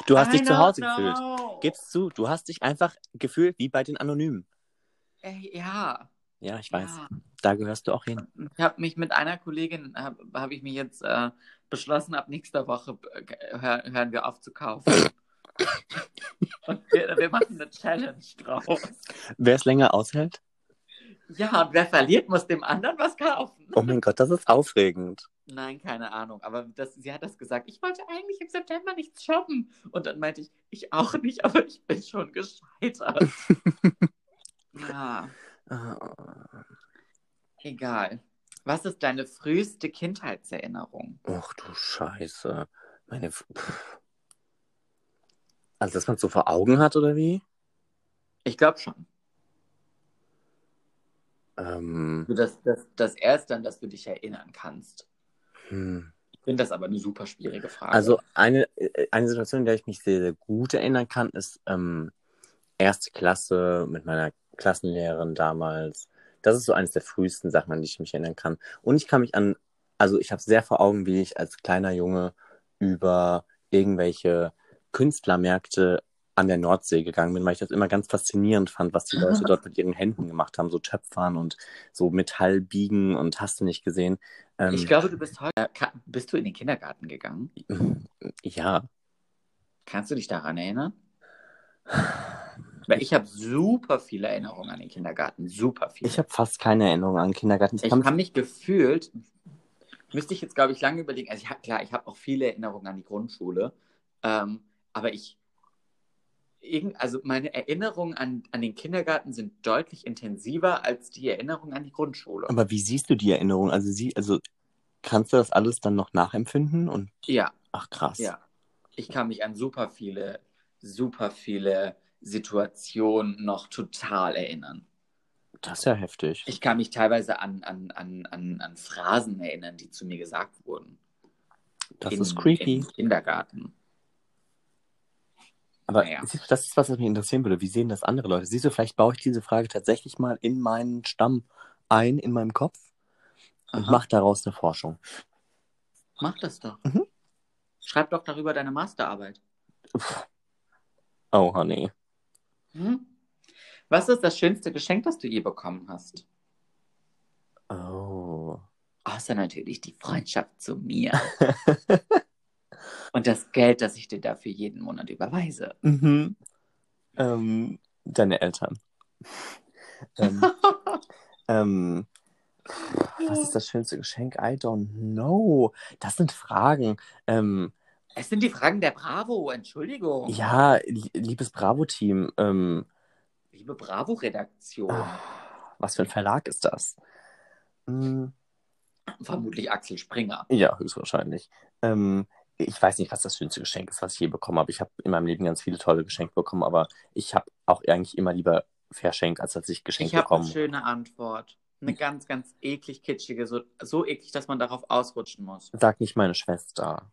du hast dich
I
zu
don't
Hause
know.
gefühlt. Gib's zu, du hast dich einfach gefühlt wie bei den Anonymen.
Ey, Äh, ja.
Ja, ich weiß.
ja.
Da gehörst du auch hin.
Ich habe mich mit einer Kollegin, habe hab ich mich jetzt äh, beschlossen, ab nächster Woche äh, hör, hören wir auf zu kaufen. Und wir, wir machen eine Challenge draus.
Wer es länger aushält?
Ja, und wer verliert, muss dem anderen was kaufen.
Oh mein Gott, das ist aufregend.
Nein, keine Ahnung. Aber das, sie hat das gesagt. Ich wollte eigentlich im September nichts shoppen. Und dann meinte ich, ich auch nicht, aber ich bin schon gescheitert. ja,
Ach
egal. Was ist deine früheste Kindheitserinnerung?
du Scheiße. Meine. F- Pff. Also, dass man es so vor Augen hat, oder wie?
Ich glaube schon.
Ähm,
Du, Also, Das, das, das erste, an das du dich erinnern kannst.
hm.
Ich finde das aber eine super schwierige Frage.
Also eine, äh, eine Situation, in der ich mich sehr, sehr gut erinnern kann, ist ähm, erste Klasse mit meiner Klassenlehrerin damals. Das ist so eines der frühesten Sachen, an die ich mich erinnern kann. Und ich kann mich an, also ich habe sehr vor Augen, wie ich als kleiner Junge über irgendwelche Künstlermärkte an der Nordsee gegangen bin, weil ich das immer ganz faszinierend fand, was die Leute dort mit ihren Händen gemacht haben, so Töpfern und so Metallbiegen und hast du nicht gesehen. Ähm,
ich glaube, du bist heute. äh, ka- Bist du in den Kindergarten gegangen?
ja.
Kannst du dich daran erinnern? Weil ich habe super viele Erinnerungen an den Kindergarten. Super viele.
Ich habe fast keine Erinnerung an den Kindergarten. Ich
Ich
kann
kann
mich,
mich gefühlt, müsste ich jetzt, glaube ich, lange überlegen. Also, ich hab, klar, ich habe auch viele Erinnerungen an die Grundschule, ähm, aber ich, irgend, also meine Erinnerungen an, an den Kindergarten sind deutlich intensiver als die Erinnerungen an die Grundschule.
aber wie siehst du die Erinnerung? Also, sie, also kannst du das alles dann noch nachempfinden? Und
ja,
ach krass.
ja. Ich kann mich an super viele, super viele Situationen noch total erinnern.
Das ist ja heftig.
Ich kann mich teilweise an, an, an, an, an Phrasen erinnern, die zu mir gesagt wurden.
das
im-
ist creepy.
Im Kindergarten.
aber
naja.
siehst du, das ist was, was mich interessieren würde. Wie sehen das andere Leute? Siehst du, vielleicht baue ich diese Frage tatsächlich mal in meinen Stamm ein, in meinem Kopf und
Aha.
mache daraus eine Forschung.
Mach das doch.
Mhm.
Schreib doch darüber deine Masterarbeit.
Oh, honey.
Hm? Was ist das schönste Geschenk, das du je bekommen hast?
Oh.
Außer natürlich die Freundschaft zu mir. Und das Geld, das ich dir dafür jeden Monat überweise.
Mhm. Ähm, deine Eltern. ähm, ähm, was ist das schönste Geschenk? I don't know. Das sind Fragen. Ähm,
Es sind die Fragen der Bravo, Entschuldigung.
ja, li- liebes Bravo-Team, ähm,
Liebe Bravo-Redaktion.
ah, was für ein Verlag ist das? Hm,
Vermutlich Axel Springer.
ja, höchstwahrscheinlich. Ähm, ich weiß nicht, was das schönste Geschenk ist, was ich je bekommen habe. Ich habe in meinem Leben ganz viele tolle Geschenke bekommen, aber ich habe auch eigentlich immer lieber verschenkt, als dass ich geschenkt
ich habe eine
bekommen
schöne Antwort.
Hm.
Eine ganz, ganz eklig kitschige. So, so eklig, dass man darauf ausrutschen muss.
Sag nicht meine Schwester.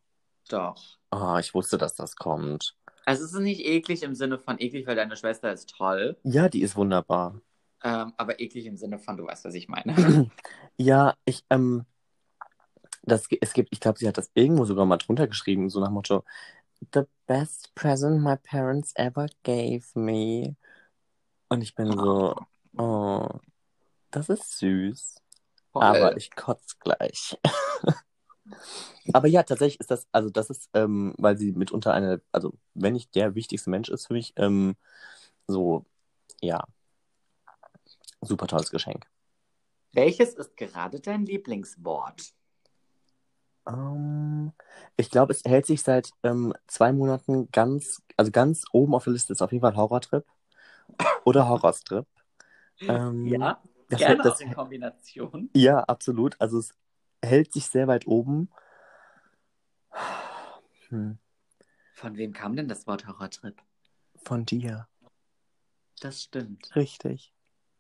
Doch.
Ah, ich wusste, dass das kommt.
Also es ist nicht eklig im Sinne von eklig, weil deine Schwester ist toll,
Ja, die ist wunderbar.
ähm, aber eklig im Sinne von, du weißt, was ich meine.
Ja, ich, ähm, das, ge- es gibt, ich glaube, sie hat das irgendwo sogar mal drunter geschrieben, so nach Motto, The best present my parents ever gave me. Und ich bin so, oh, das ist süß.
Voll.
Aber ich kotz gleich. Aber ja, tatsächlich ist das, also das ist, ähm, weil sie mitunter eine, also wenn nicht der wichtigste Mensch ist für mich, ähm, so, ja, super tolles Geschenk.
Welches ist gerade dein Lieblingswort?
Ähm, ich glaube, es hält sich seit ähm, zwei Monaten ganz, also ganz oben auf der Liste. Ist auf jeden Fall Horrortrip oder Horrorstrip. Ähm,
ja,
das-
gerne
das- halt-
auch in Kombination.
Ja, absolut. Also es hält sich sehr weit oben. Hm,
Von wem kam denn das Wort Horrortrip?
von dir,
Das stimmt.
richtig.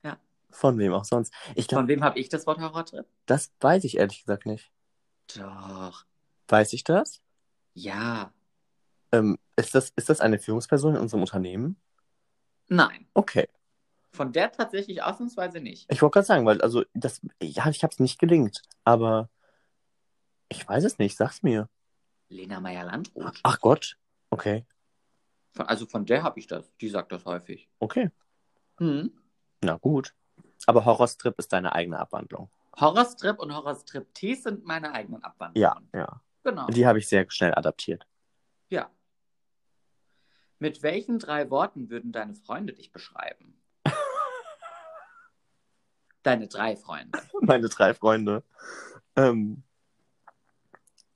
Ja.
Von wem auch sonst. Ich glaube,
Von wem habe ich das Wort Horrortrip?
das weiß ich ehrlich gesagt nicht.
Doch.
Weiß ich das?
Ja.
Ähm, ist das? Ist das eine Führungsperson in unserem Unternehmen?
Nein.
Okay.
Von der tatsächlich ausnahmsweise nicht.
Ich wollte gerade sagen, weil, also, das, ja, ich habe es nicht gelingt, aber ich weiß es nicht, sag's mir.
Lena Meyer-Landrut.
Ach Gott. Okay,
Von- Also von der habe ich das. Die sagt das häufig.
okay.
Hm.
Na gut. Aber Horrorstrip ist deine eigene Abwandlung.
Horrorstrip und Horrorstriptease sind meine eigenen
Ja,
Abwandlungen.
ja.
Genau.
Die habe ich sehr schnell adaptiert.
Ja. Mit welchen drei Worten würden deine Freunde dich beschreiben? deine drei Freunde.
Meine drei Freunde. Ähm,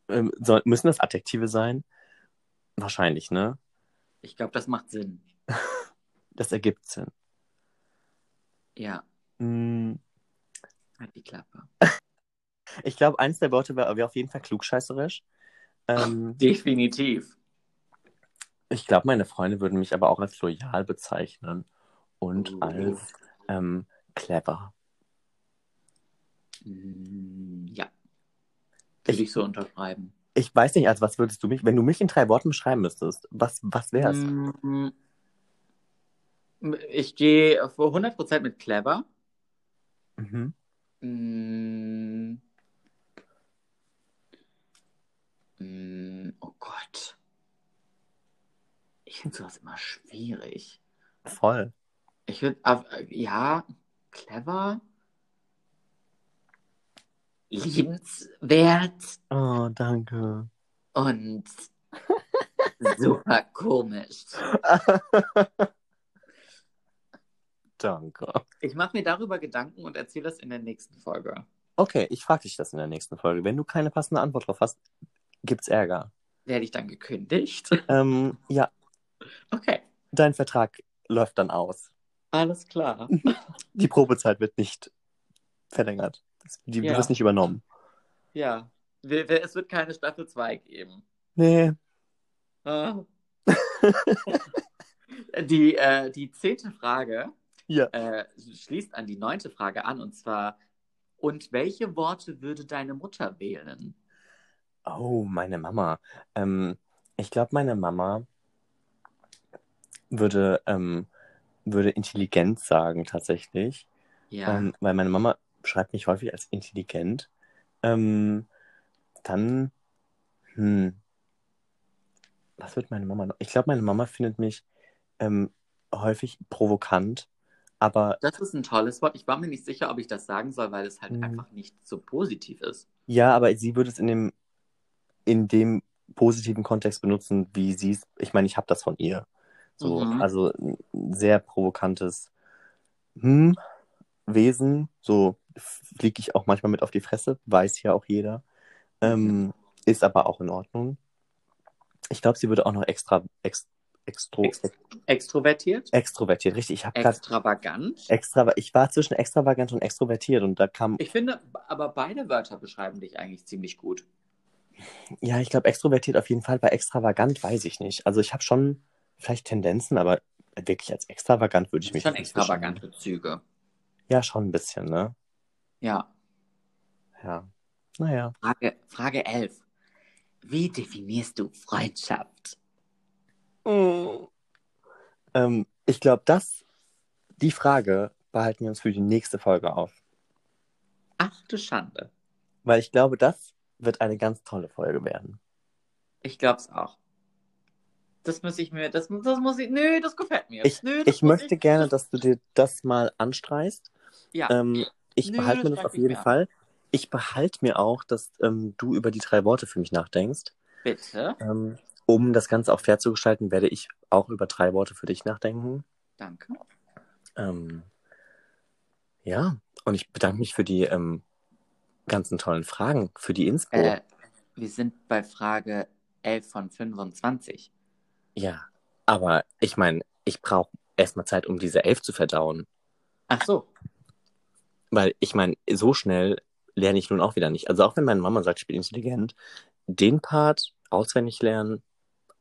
ähm, soll, müssen das Adjektive sein? Wahrscheinlich, ne?
Ich glaube, das macht Sinn.
Das ergibt Sinn.
Ja,
Hm,
halt die Klappe.
Ich glaube, eins der Worte wäre wär auf jeden Fall klugscheißerisch. Ähm,
Definitiv.
Ich glaube, meine Freunde würden mich aber auch als loyal bezeichnen und
Oh.
als ähm, clever.
Mm, Ja. Würde ich so unterschreiben.
Ich weiß nicht, als was würdest du mich, wenn du mich in drei Worten beschreiben müsstest, was, was wär's?
Mm, Ich gehe für 100% mit clever.
Mhm.
Mm. Mm, Oh Gott. Ich finde sowas immer schwierig.
Voll.
Ich würde, äh, ja, clever, liebenswert
Oh, danke.
und super komisch.
danke.
Ich mache mir darüber Gedanken und erzähle das in der nächsten Folge.
Okay, ich frage dich das in der nächsten Folge. Wenn du keine passende Antwort drauf hast, gibt's Ärger.
Werde ich dann gekündigt?
Ähm, ja,
Okay,
dein Vertrag läuft dann aus.
alles klar.
Die Probezeit wird nicht verlängert. Die
Ja.
wird nicht übernommen.
Ja, wir, wir, es wird keine Staffel 2 geben.
Nee.
Ah. die, äh, die zehnte Frage
Ja.
äh, schließt an die neunte Frage an und zwar: Und welche Worte würde deine Mutter wählen?
Oh, meine Mama. Ähm, ich glaube, meine Mama würde, ähm, würde intelligent sagen, tatsächlich.
Ja.
Ähm, weil meine Mama beschreibt mich häufig als intelligent. Ähm, dann, hm, was wird meine Mama noch? Ich glaube, meine Mama findet mich ähm, häufig provokant, aber
Das ist ein tolles Wort. Ich war mir nicht sicher, ob ich das sagen soll, weil es halt
Mhm.
einfach nicht so positiv ist.
Ja, aber sie würde es in dem, in dem positiven Kontext benutzen, wie sie es. Ich meine, ich habe das von ihr. So,
Mhm.
also ein sehr provokantes hm, Wesen. So fliege ich auch manchmal mit auf die Fresse, weiß ja auch jeder. Ähm, ist aber auch in Ordnung. Ich glaube, sie würde auch noch extra, ex, extro,
Ex- Extrovertiert?
extrovertiert. Richtig, ich habe gerade
Extravagant?
extra, ich war zwischen extravagant und extrovertiert und da kam,
Ich finde, aber beide Wörter beschreiben dich eigentlich ziemlich gut.
Ja, ich glaube, extrovertiert auf jeden Fall. Bei extravagant weiß ich nicht. Also ich habe schon vielleicht Tendenzen, aber wirklich als extravagant würde ich mich
Schon
jetzt nicht beschreiben.
extravagante Züge.
Ja, schon ein bisschen, ne?
Ja.
Ja. Naja.
Frage, Frage 11. Wie definierst du Freundschaft? Mm.
Ähm, ich glaube, das, die Frage behalten wir uns für die nächste Folge auf.
Ach du Schande.
Weil ich glaube, das wird eine ganz tolle Folge werden.
Ich glaub's auch. Das muss ich mir, das, das muss ich, nö, das gefällt mir. nö, das
Ich
muss
möchte gerne, dass du dir das mal anstreist.
ja,
Ähm, ich
Nö,
behalte mir
das
das
schreib
auf
ich
jeden
mir ab.
Fall. ich behalte mir auch, dass ähm, du über die drei Worte für mich nachdenkst.
Bitte.
Ähm, um das Ganze auch fair zu gestalten, werde ich auch über drei Worte für dich nachdenken.
Danke.
Oh. Ähm, ja, und ich bedanke mich für die ähm, ganzen tollen Fragen, für die Inspo.
Äh, wir sind bei Frage 11 von 25.
Ja, aber ich meine, ich brauche erstmal Zeit, um diese elf zu verdauen.
Ach so.
Weil ich meine, so schnell lerne ich nun auch wieder nicht. Also auch wenn meine Mama sagt, ich bin intelligent, den Part auswendig lernen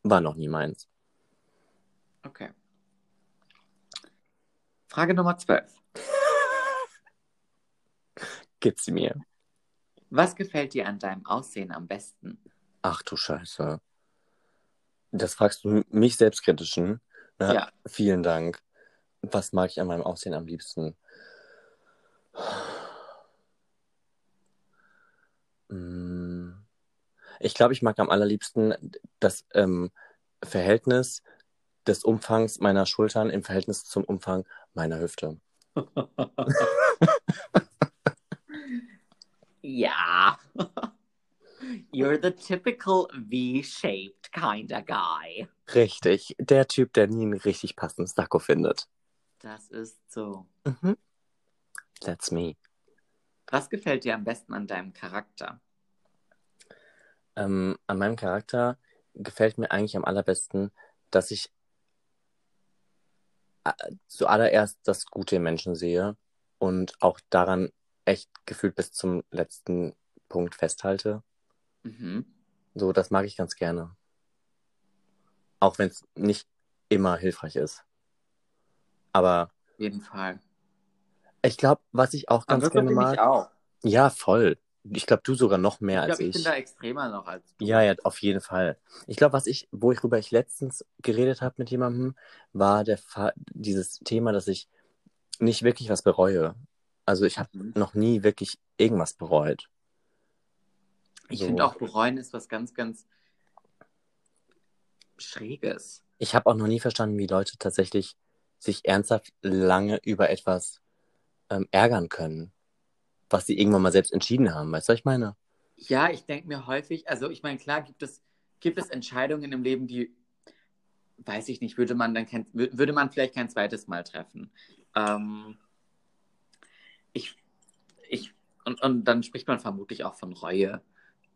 war noch nie meins.
Okay. Frage Nummer 12.
Gib's mir.
Was gefällt dir an deinem Aussehen am besten?
Ach du Scheiße. Das fragst du mich selbstkritischen. Na,
Ja.
Vielen Dank. Was mag ich an meinem Aussehen am liebsten? Mm. Ich glaube, ich mag am allerliebsten das ähm, Verhältnis des Umfangs meiner Schultern im Verhältnis zum Umfang meiner Hüfte.
ja. You're the typical V-shaped kinda guy.
Richtig. Der Typ, der nie einen richtig passenden Sakko findet.
Das ist so.
Mhm. That's me.
Was gefällt dir am besten an deinem Charakter?
Ähm, an meinem Charakter gefällt mir eigentlich am allerbesten, dass ich äh, zuallererst das Gute im Menschen sehe und auch daran echt gefühlt bis zum letzten Punkt festhalte.
Mhm.
So, das mag ich ganz gerne. Auch wenn es nicht immer hilfreich ist. Aber
Auf jeden Fall.
ich glaube, was ich auch ganz
Aber
gerne
bin
mag.
ich auch.
Ja, voll. Ich glaube, du sogar noch mehr
ich
als
glaube, ich
ich.
bin da extremer noch als du.
Ja, ja, auf jeden Fall. Ich glaube, was ich, worüber ich letztens geredet habe mit jemandem, war der Fa dieses Thema, dass ich nicht wirklich was bereue. Also ich habe
Mhm.
noch nie wirklich irgendwas bereut.
Ich
So.
finde auch, bereuen ist was ganz, ganz Schräges.
Ich habe auch noch nie verstanden, wie Leute tatsächlich sich ernsthaft lange über etwas ähm, ärgern können, was sie irgendwann mal selbst entschieden haben. Weißt du, was ich meine?
Ja, ich denke mir häufig, also ich meine, klar gibt es, gibt es Entscheidungen im Leben, die, weiß ich nicht, würde man dann kein, wür- würde man vielleicht kein zweites Mal treffen. Ähm, ich, ich, und, und dann spricht man vermutlich auch von Reue.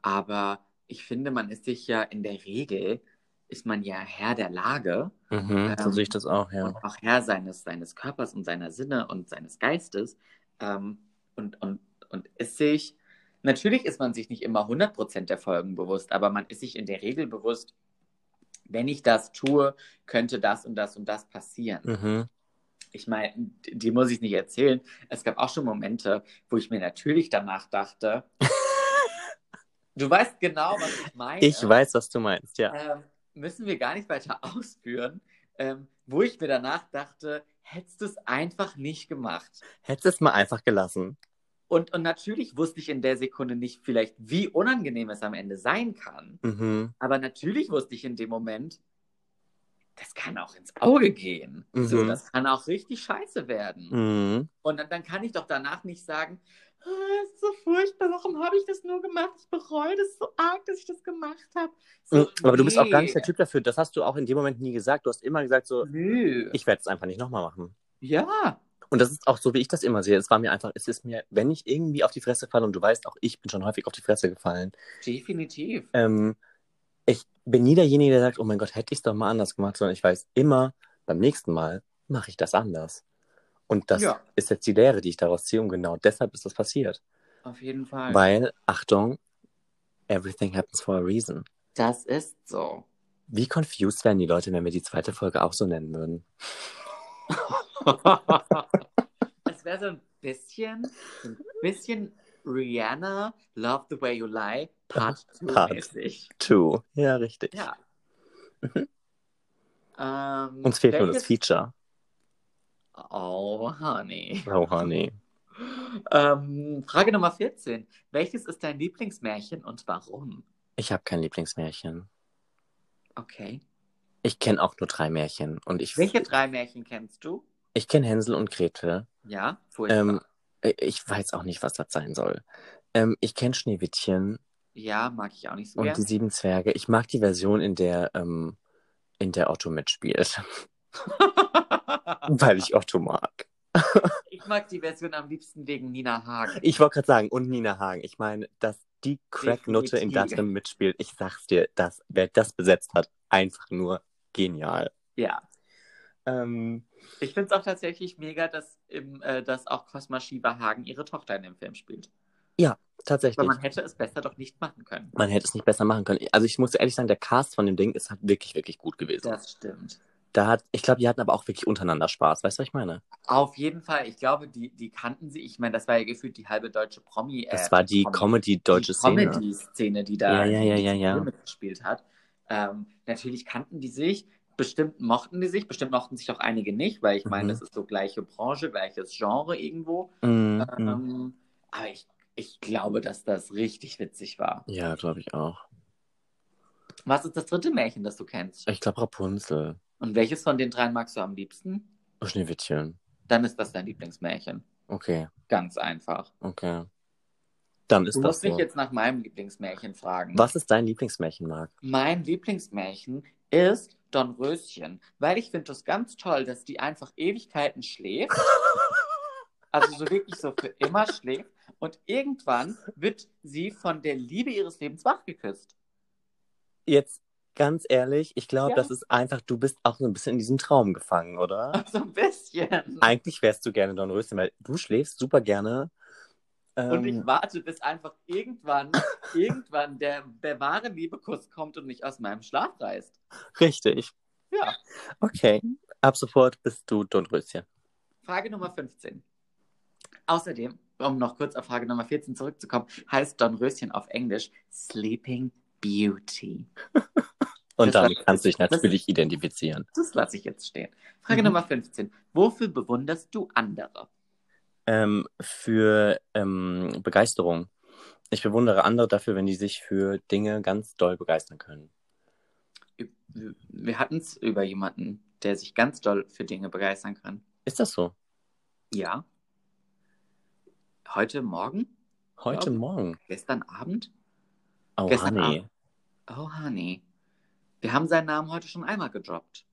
Aber ich finde, man ist sich ja in der Regel, ist man ja Herr der Lage
Mhm, so
Ähm,
sehe ich das auch, ja.
und auch Herr seines, seines Körpers und seiner Sinne und seines Geistes. Ähm, und, und, und ist sich, natürlich ist man sich nicht immer 100% der Folgen bewusst, aber man ist sich in der Regel bewusst, wenn ich das tue, könnte das und das und das passieren.
Mhm.
Ich meine, die muss ich nicht erzählen. Es gab auch schon Momente, wo ich mir natürlich danach dachte, du weißt genau, was ich meine.
Ich weiß, was du meinst, ja.
Ähm, müssen wir gar nicht weiter ausführen, ähm, wo ich mir danach dachte, hättest du es einfach nicht gemacht.
Hättest es mal einfach gelassen.
Und, und natürlich wusste ich in der Sekunde nicht vielleicht, wie unangenehm es am Ende sein kann.
Mhm.
Aber natürlich wusste ich in dem Moment, das kann auch ins Auge gehen. So,
Mhm.
das kann auch richtig scheiße werden.
Mhm.
Und dann, dann kann ich doch danach nicht sagen, "Ah, es ist so furchtbar, warum habe ich das nur gemacht? Ich bereue das so arg, dass ich das gemacht habe. So,
Mhm. Hm, Aber du bist auch gar nicht
nee.
der Typ dafür. Das hast du auch in dem Moment nie gesagt. Du hast immer gesagt, so,
Nö.
ich werde es einfach nicht nochmal machen.
ja,
Und das ist auch so, wie ich das immer sehe. Es war mir einfach, es ist mir, wenn ich irgendwie auf die Fresse falle, und du weißt auch, ich bin schon häufig auf die Fresse gefallen,
definitiv.
ähm, ich bin nie derjenige, der sagt, oh mein Gott, hätte ich es doch mal anders gemacht, sondern ich weiß immer, beim nächsten Mal mache ich das anders. Und das
Ja.
ist jetzt die Lehre, die ich daraus ziehe. Und genau deshalb ist das passiert.
Auf jeden Fall.
Weil, Achtung, everything happens for a reason.
das ist so.
Wie confused wären die Leute, wenn wir die zweite Folge auch so nennen würden?
es wäre so ein bisschen, so ein bisschen Rihanna, Love the Way You Lie, Part 2
Part.
mäßig.
Two. Ja, richtig.
Ja. Ähm,
Uns fehlt nur das
welches-
Feature.
Oh, honey.
Oh, honey.
Ähm, Frage Nummer 14. Welches ist dein Lieblingsmärchen und warum?
Ich habe kein Lieblingsmärchen.
Okay.
Ich kenne auch nur drei Märchen. Und ich,
Welche drei Märchen kennst du?
ich kenne Hänsel und Gretel.
Ja, furchtbar.
Ähm, Äh, Ich weiß auch nicht, was das sein soll. Ähm, ich kenne Schneewittchen
Ja, mag ich auch nicht so
und die
gern.
Sieben Zwerge. Ich mag die Version, in der, ähm, in der Otto mitspielt, weil ich Otto mag.
ich mag die Version am liebsten wegen Nina Hagen.
Ich wollte gerade sagen, und Nina Hagen. Ich meine, dass die Cracknutte in
Definitiv.
Datum mitspielt, ich sag's dir, dass, wer das besetzt hat, einfach nur genial.
Ja.
Ähm,
Ich finde es auch tatsächlich mega, dass, im, äh, dass auch Cosma Shiva Hagen ihre Tochter in dem Film spielt. Aber
tatsächlich.
man hätte es besser doch nicht machen können.
man hätte es nicht besser machen können. Also ich muss dir ehrlich sagen, der Cast von dem Ding ist halt wirklich, wirklich gut gewesen.
Das stimmt.
Da hat, ich glaube, die hatten aber auch wirklich untereinander Spaß. Weißt du, was ich meine?
Auf jeden Fall, ich glaube, die, die kannten sie. Ich meine, das war ja gefühlt die halbe deutsche Promi.
Das war die Comedy-deutsche
die
Szene.
Comedy-Szene, die
Ja,
da
ja, ja, ja, ja.
mitgespielt hat. Ähm, natürlich kannten die sich, bestimmt mochten die sich, bestimmt mochten sich auch einige nicht, weil ich meine,
Mhm.
das ist so gleiche Branche, gleiches Genre irgendwo.
Mhm.
Ähm, aber ich, ich glaube, dass das richtig witzig war.
Ja, glaube ich auch.
Was ist das dritte Märchen, das du kennst?
Ich glaube Rapunzel. Oh,
Und welches von den dreien magst du am liebsten?
Schneewittchen.
Dann ist das dein Lieblingsmärchen.
Okay,
Ganz einfach.
okay. Dann ist
Du
das
musst mich
so.
jetzt nach meinem Lieblingsmärchen fragen.
Was ist dein Lieblingsmärchen, Marc?
Mein Lieblingsmärchen ist Dornröschen, weil ich finde das ganz toll, dass die einfach Ewigkeiten schläft. Also so wirklich so für immer schläft. Und irgendwann wird sie von der Liebe ihres Lebens wachgeküsst.
Jetzt ganz ehrlich, ich glaube,
Ja.
das ist einfach, du bist auch so ein bisschen in diesem Traum gefangen, oder?
So ein bisschen.
Eigentlich wärst du gerne Dornröschen, weil du schläfst super gerne.
Und ich
Ähm,
warte, bis einfach irgendwann, irgendwann der, der wahre Liebekuss kommt und mich aus meinem Schlaf reißt.
Richtig.
Ja.
Okay. Ab sofort bist du Dornröschen.
Frage Nummer 15. Außerdem, um noch kurz auf Frage Nummer 14 zurückzukommen, heißt Dornröschen auf Englisch Sleeping Beauty.
Und
Das
damit
war-
kannst du dich
das-
natürlich identifizieren.
Das lasse ich jetzt stehen. Frage
Mhm.
Nummer 15. Wofür bewunderst du andere?
Ähm, für ähm, Begeisterung. Ich bewundere andere dafür, wenn die sich für Dinge ganz doll begeistern können.
Wir hatten es über jemanden, der sich ganz doll für Dinge begeistern kann.
Ist das so?
Ja. Heute Morgen?
Heute
Ja.
Morgen.
Gestern Abend?
Oh,
Gestern
honey.
Oh, honey. Wir haben seinen Namen heute schon einmal gedroppt.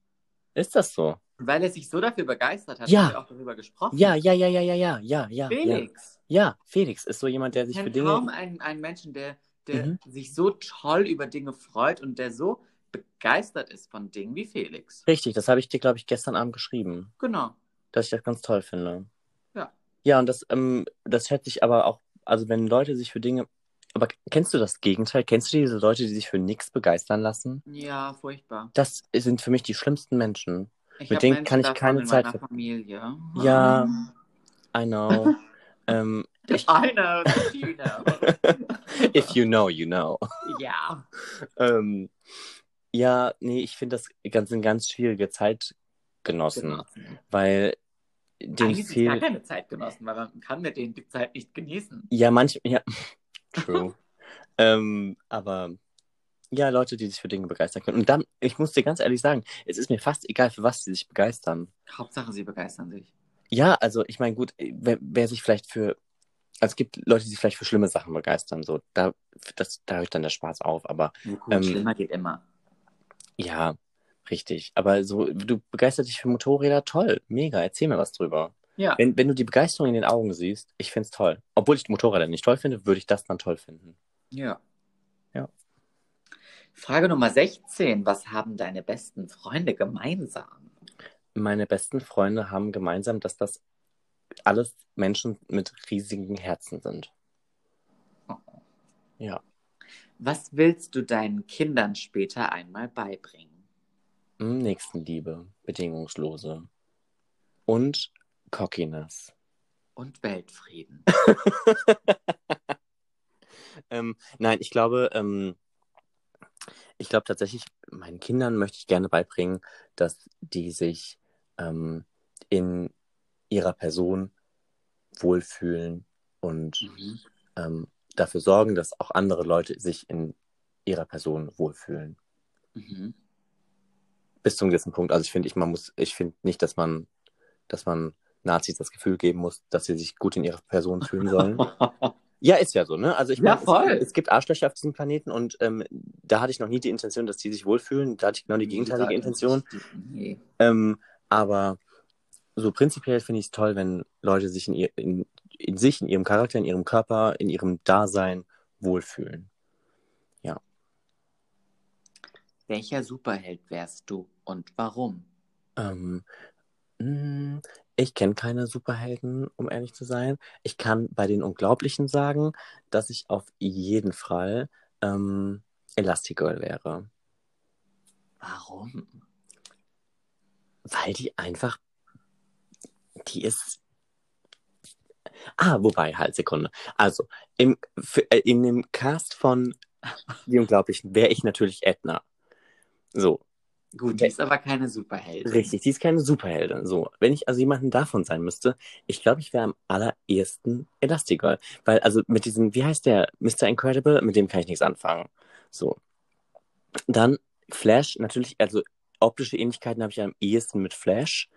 Ist das so?
Und weil er sich so dafür begeistert hat,
Ja.
haben wir auch darüber gesprochen.
Ja, ja, ja, ja, ja, ja, ja, ja. Also Ja,
Felix.
ja Felix ist so jemand, der sich
Ich
für
kenne
Dinge.
kaum einen, einen Menschen, der, der
Mhm.
sich so toll über Dinge freut und der so begeistert ist von Dingen wie Felix.
Richtig, das habe ich dir, glaube ich, gestern Abend geschrieben.
Genau.
dass ich das ganz toll finde.
Ja.
Ja, und das, ähm, das schätze ich aber auch, also wenn Leute sich für Dinge. Aber kennst du das Gegenteil? Kennst du diese Leute, die sich für nichts begeistern lassen?
Ja, furchtbar.
Das sind für mich die schlimmsten Menschen.
Ich
Mit
hab
denen
eins
kann ich
davon
keine
in
Zeit
meiner
ver-
Familie. Hm.
Ja. I know. ähm, ich,
I know, you know.
if you know, you know.
ja.
Ähm, ja, nee, ich finde das ganz, sind ganz schwierige Zeitgenossen,
Genossen.
weil denen
Eigentlich sind gar
fehlt.
keine Zeitgenossen, weil man kann mit denen die Zeit nicht genießen.
Ja, manchmal. Ja. True. ähm, aber ja, Leute, die sich für Dinge begeistern können. Und dann, ich muss dir ganz ehrlich sagen, es ist mir fast egal, für was sie sich begeistern.
Hauptsache, sie begeistern sich.
Ja, also ich meine, gut, wer, wer sich vielleicht für. Also es gibt Leute, die sich vielleicht für schlimme Sachen begeistern. So, da, das, da hört dann der Spaß auf. Aber
Ja, gut,
Ähm,
schlimmer geht immer.
ja, richtig. Aber so, du begeisterst dich für Motorräder, toll, mega, erzähl mir was drüber.
Ja.
Wenn, wenn du die Begeisterung in den Augen siehst, ich find's toll. Obwohl ich Motorräder nicht toll finde, würde ich das dann toll finden.
Ja.
Ja.
Frage Nummer 16. Was haben deine besten Freunde gemeinsam?
Meine besten Freunde haben gemeinsam, dass das alles Menschen mit riesigen Herzen sind.
Was willst du deinen Kindern später einmal beibringen?
Hm, Nächstenliebe, bedingungslose und Cockiness.
Und Weltfrieden.
Ähm, nein, ich glaube, ähm, ich glaube tatsächlich, meinen Kindern möchte ich gerne beibringen, dass die sich ähm, in ihrer Person wohlfühlen und ähm, dafür sorgen, dass auch andere Leute sich in ihrer Person wohlfühlen.
Mhm.
bis zum gewissen Punkt. Also ich finde, ich, man muss, ich finde nicht, dass man, dass man Nazis das Gefühl geben muss, dass sie sich gut in ihrer Person fühlen sollen. ja, ist ja so, ne? Also ich
Ja,
meine,
voll.
es, es gibt Arschlöcher auf diesem Planeten und ähm, da hatte ich noch nie die Intention, dass die sich wohlfühlen. Da hatte ich genau die gegenteilige Intention.
Nee.
Ähm, aber so prinzipiell finde ich es toll, wenn Leute sich in, ihr, in, in sich, in ihrem Charakter, in ihrem Körper, in ihrem Dasein wohlfühlen.
Welcher Superheld wärst du und warum?
Ähm, mh, ich kenne keine Superhelden, um ehrlich zu sein. Ich kann bei den Unglaublichen sagen, dass ich auf jeden Fall ähm, Elastigirl wäre,
Warum?
weil die einfach, die ist. Ah, wobei, halt, Sekunde. Also, im, für, äh, in dem Cast von Die Unglaublichen wäre ich natürlich Edna. So,
Gut, die ist aber keine Superheldin.
Richtig, die ist keine Superheldin. So, wenn ich also jemanden davon sein müsste, ich glaube, ich wäre am allerersten Elastigirl. Weil, also mit diesem, wie heißt der, Mr. Incredible, mit dem kann ich nichts anfangen. So. Dann Flash, natürlich, also optische Ähnlichkeiten habe ich am ehesten mit Flash.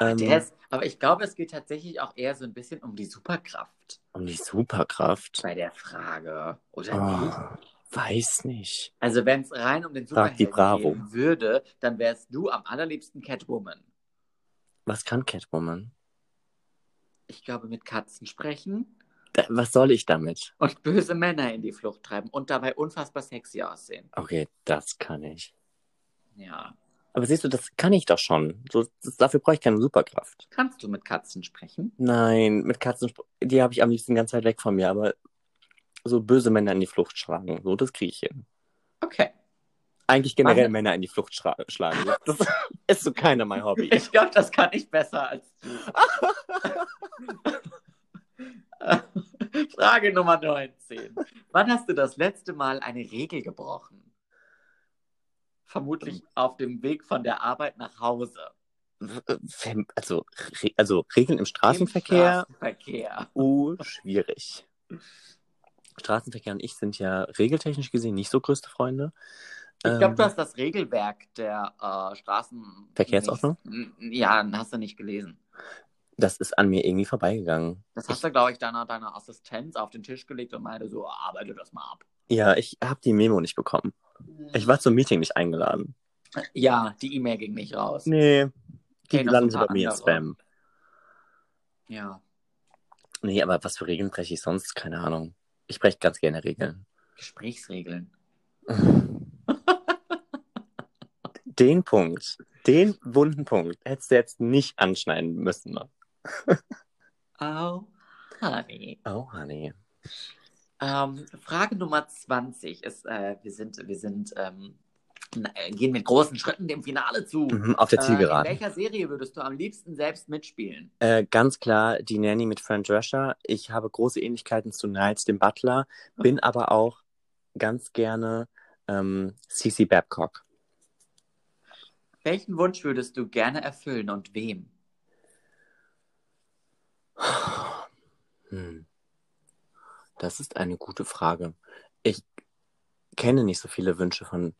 Ähm,
Der ist, aber ich glaube, es geht tatsächlich auch eher so ein bisschen um die Superkraft
und die Superkraft.
bei der Frage, oder nicht?
Oh, weiß nicht.
Also wenn es rein um den
Frag die
Superhelden
Bravo.
gehen würde, dann wärst du am allerliebsten Catwoman.
Was kann Catwoman?
Ich glaube, mit Katzen sprechen
Da, was soll ich damit?
und böse Männer in die Flucht treiben und dabei unfassbar sexy aussehen.
Okay, das kann ich.
Ja.
Aber siehst du, das kann ich doch schon. So, das, dafür brauche ich keine Superkraft.
Kannst du mit Katzen sprechen?
Nein, mit Katzen, die habe ich am liebsten ganz weit weg von mir, aber so böse Männer in die Flucht schlagen, so das kriege ich hin.
Okay.
Eigentlich generell
Mann.
Männer in die Flucht schra- schlagen, das ist so keiner mein Hobby.
Ich glaube, das kann ich besser als du. Frage Nummer 19. Wann hast du das letzte Mal eine Regel gebrochen?
Ähm.
Vermutlich auf dem Weg von der Arbeit nach Hause.
Also, Re- also Regeln im Straßenverkehr,
Im Straßenverkehr.
uh, schwierig. Straßenverkehr und ich sind ja regeltechnisch gesehen nicht so größte Freunde.
Ich glaube,
Ähm.
du hast das Regelwerk der äh, Straßen.
Verkehrsordnung?
N- Ja, hast du nicht gelesen.
Das ist an mir irgendwie vorbeigegangen.
Das hast du, glaube ich, deiner, deiner Assistenz auf den Tisch gelegt und meinte so, arbeite das mal ab.
Ja, ich habe die Memo nicht bekommen. Ich war zum Meeting nicht eingeladen.
Ja, die E-Mail ging nicht raus.
Nee. Die
Gehen noch
landen
so ein
bei mir in
paar
Spam.
andere. Ja,
Nee, aber was für Regeln breche ich sonst? Keine Ahnung. Ich breche ganz gerne Regeln.
Gesprächsregeln.
Den Punkt, den wunden Punkt, hättest du jetzt nicht anschneiden müssen. Ne?
Oh, honey.
Oh, honey.
Ähm, Frage Nummer 20 ist, äh, wir sind, wir sind, ähm, na, äh, gehen mit großen Schritten dem Finale zu.
Mhm, auf der
Äh, in
Zielgeraden.
welcher Serie würdest du am liebsten selbst mitspielen?
Äh, ganz klar, die Nanny mit Fran Drescher. Ich habe große Ähnlichkeiten zu Niles, dem Butler, bin aber auch ganz gerne ähm, Cece Babcock.
Welchen Wunsch würdest du gerne erfüllen und wem?
Hm. Das ist eine gute Frage. Ich kenne nicht so viele Wünsche von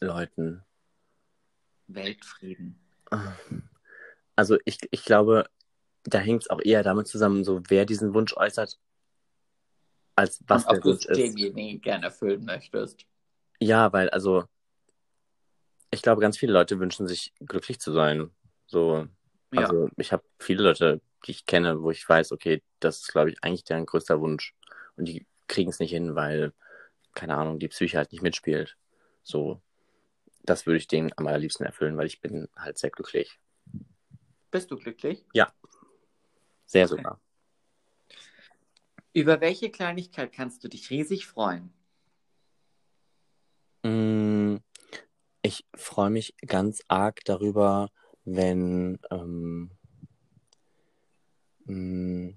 Leuten.
Weltfrieden.
Also ich, ich glaube, da hängt es auch eher damit zusammen, so wer diesen Wunsch äußert, als was
und ob
der
du
Wunsch
es
ist.
demjenigen gerne erfüllen möchtest.
Ja, weil also ich glaube, ganz viele Leute wünschen sich glücklich zu sein. So,
Ja.
also ich habe viele Leute, die ich kenne, wo ich weiß, okay, das ist, glaube ich, eigentlich deren größter Wunsch. Und die kriegen es nicht hin, weil, keine Ahnung, die Psyche halt nicht mitspielt. So, das würde ich denen am allerliebsten erfüllen, weil ich bin halt sehr glücklich.
Bist du glücklich?
Sehr
Okay.
sogar.
Über welche Kleinigkeit kannst du dich riesig freuen?
Mm, Ich freue mich ganz arg darüber, wenn, ähm, mm,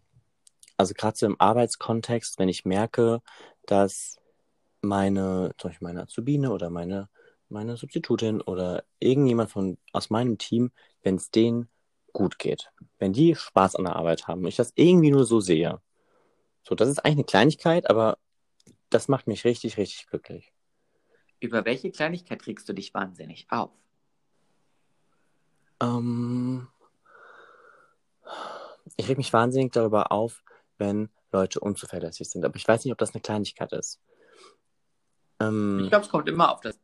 also gerade so im Arbeitskontext, wenn ich merke, dass meine, zum Beispiel meine Azubine oder meine, meine Substitutin oder irgendjemand von, aus meinem Team, wenn es denen gut geht, wenn die Spaß an der Arbeit haben und ich das irgendwie nur so sehe. So, das ist eigentlich eine Kleinigkeit, aber das macht mich richtig, richtig glücklich.
Über welche Kleinigkeit regst du dich wahnsinnig auf?
Ähm, ich reg mich wahnsinnig darüber auf, wenn Leute unzuverlässig sind. Aber ich weiß nicht, ob das eine Kleinigkeit ist. Ähm,
Ich glaube, es kommt immer auf das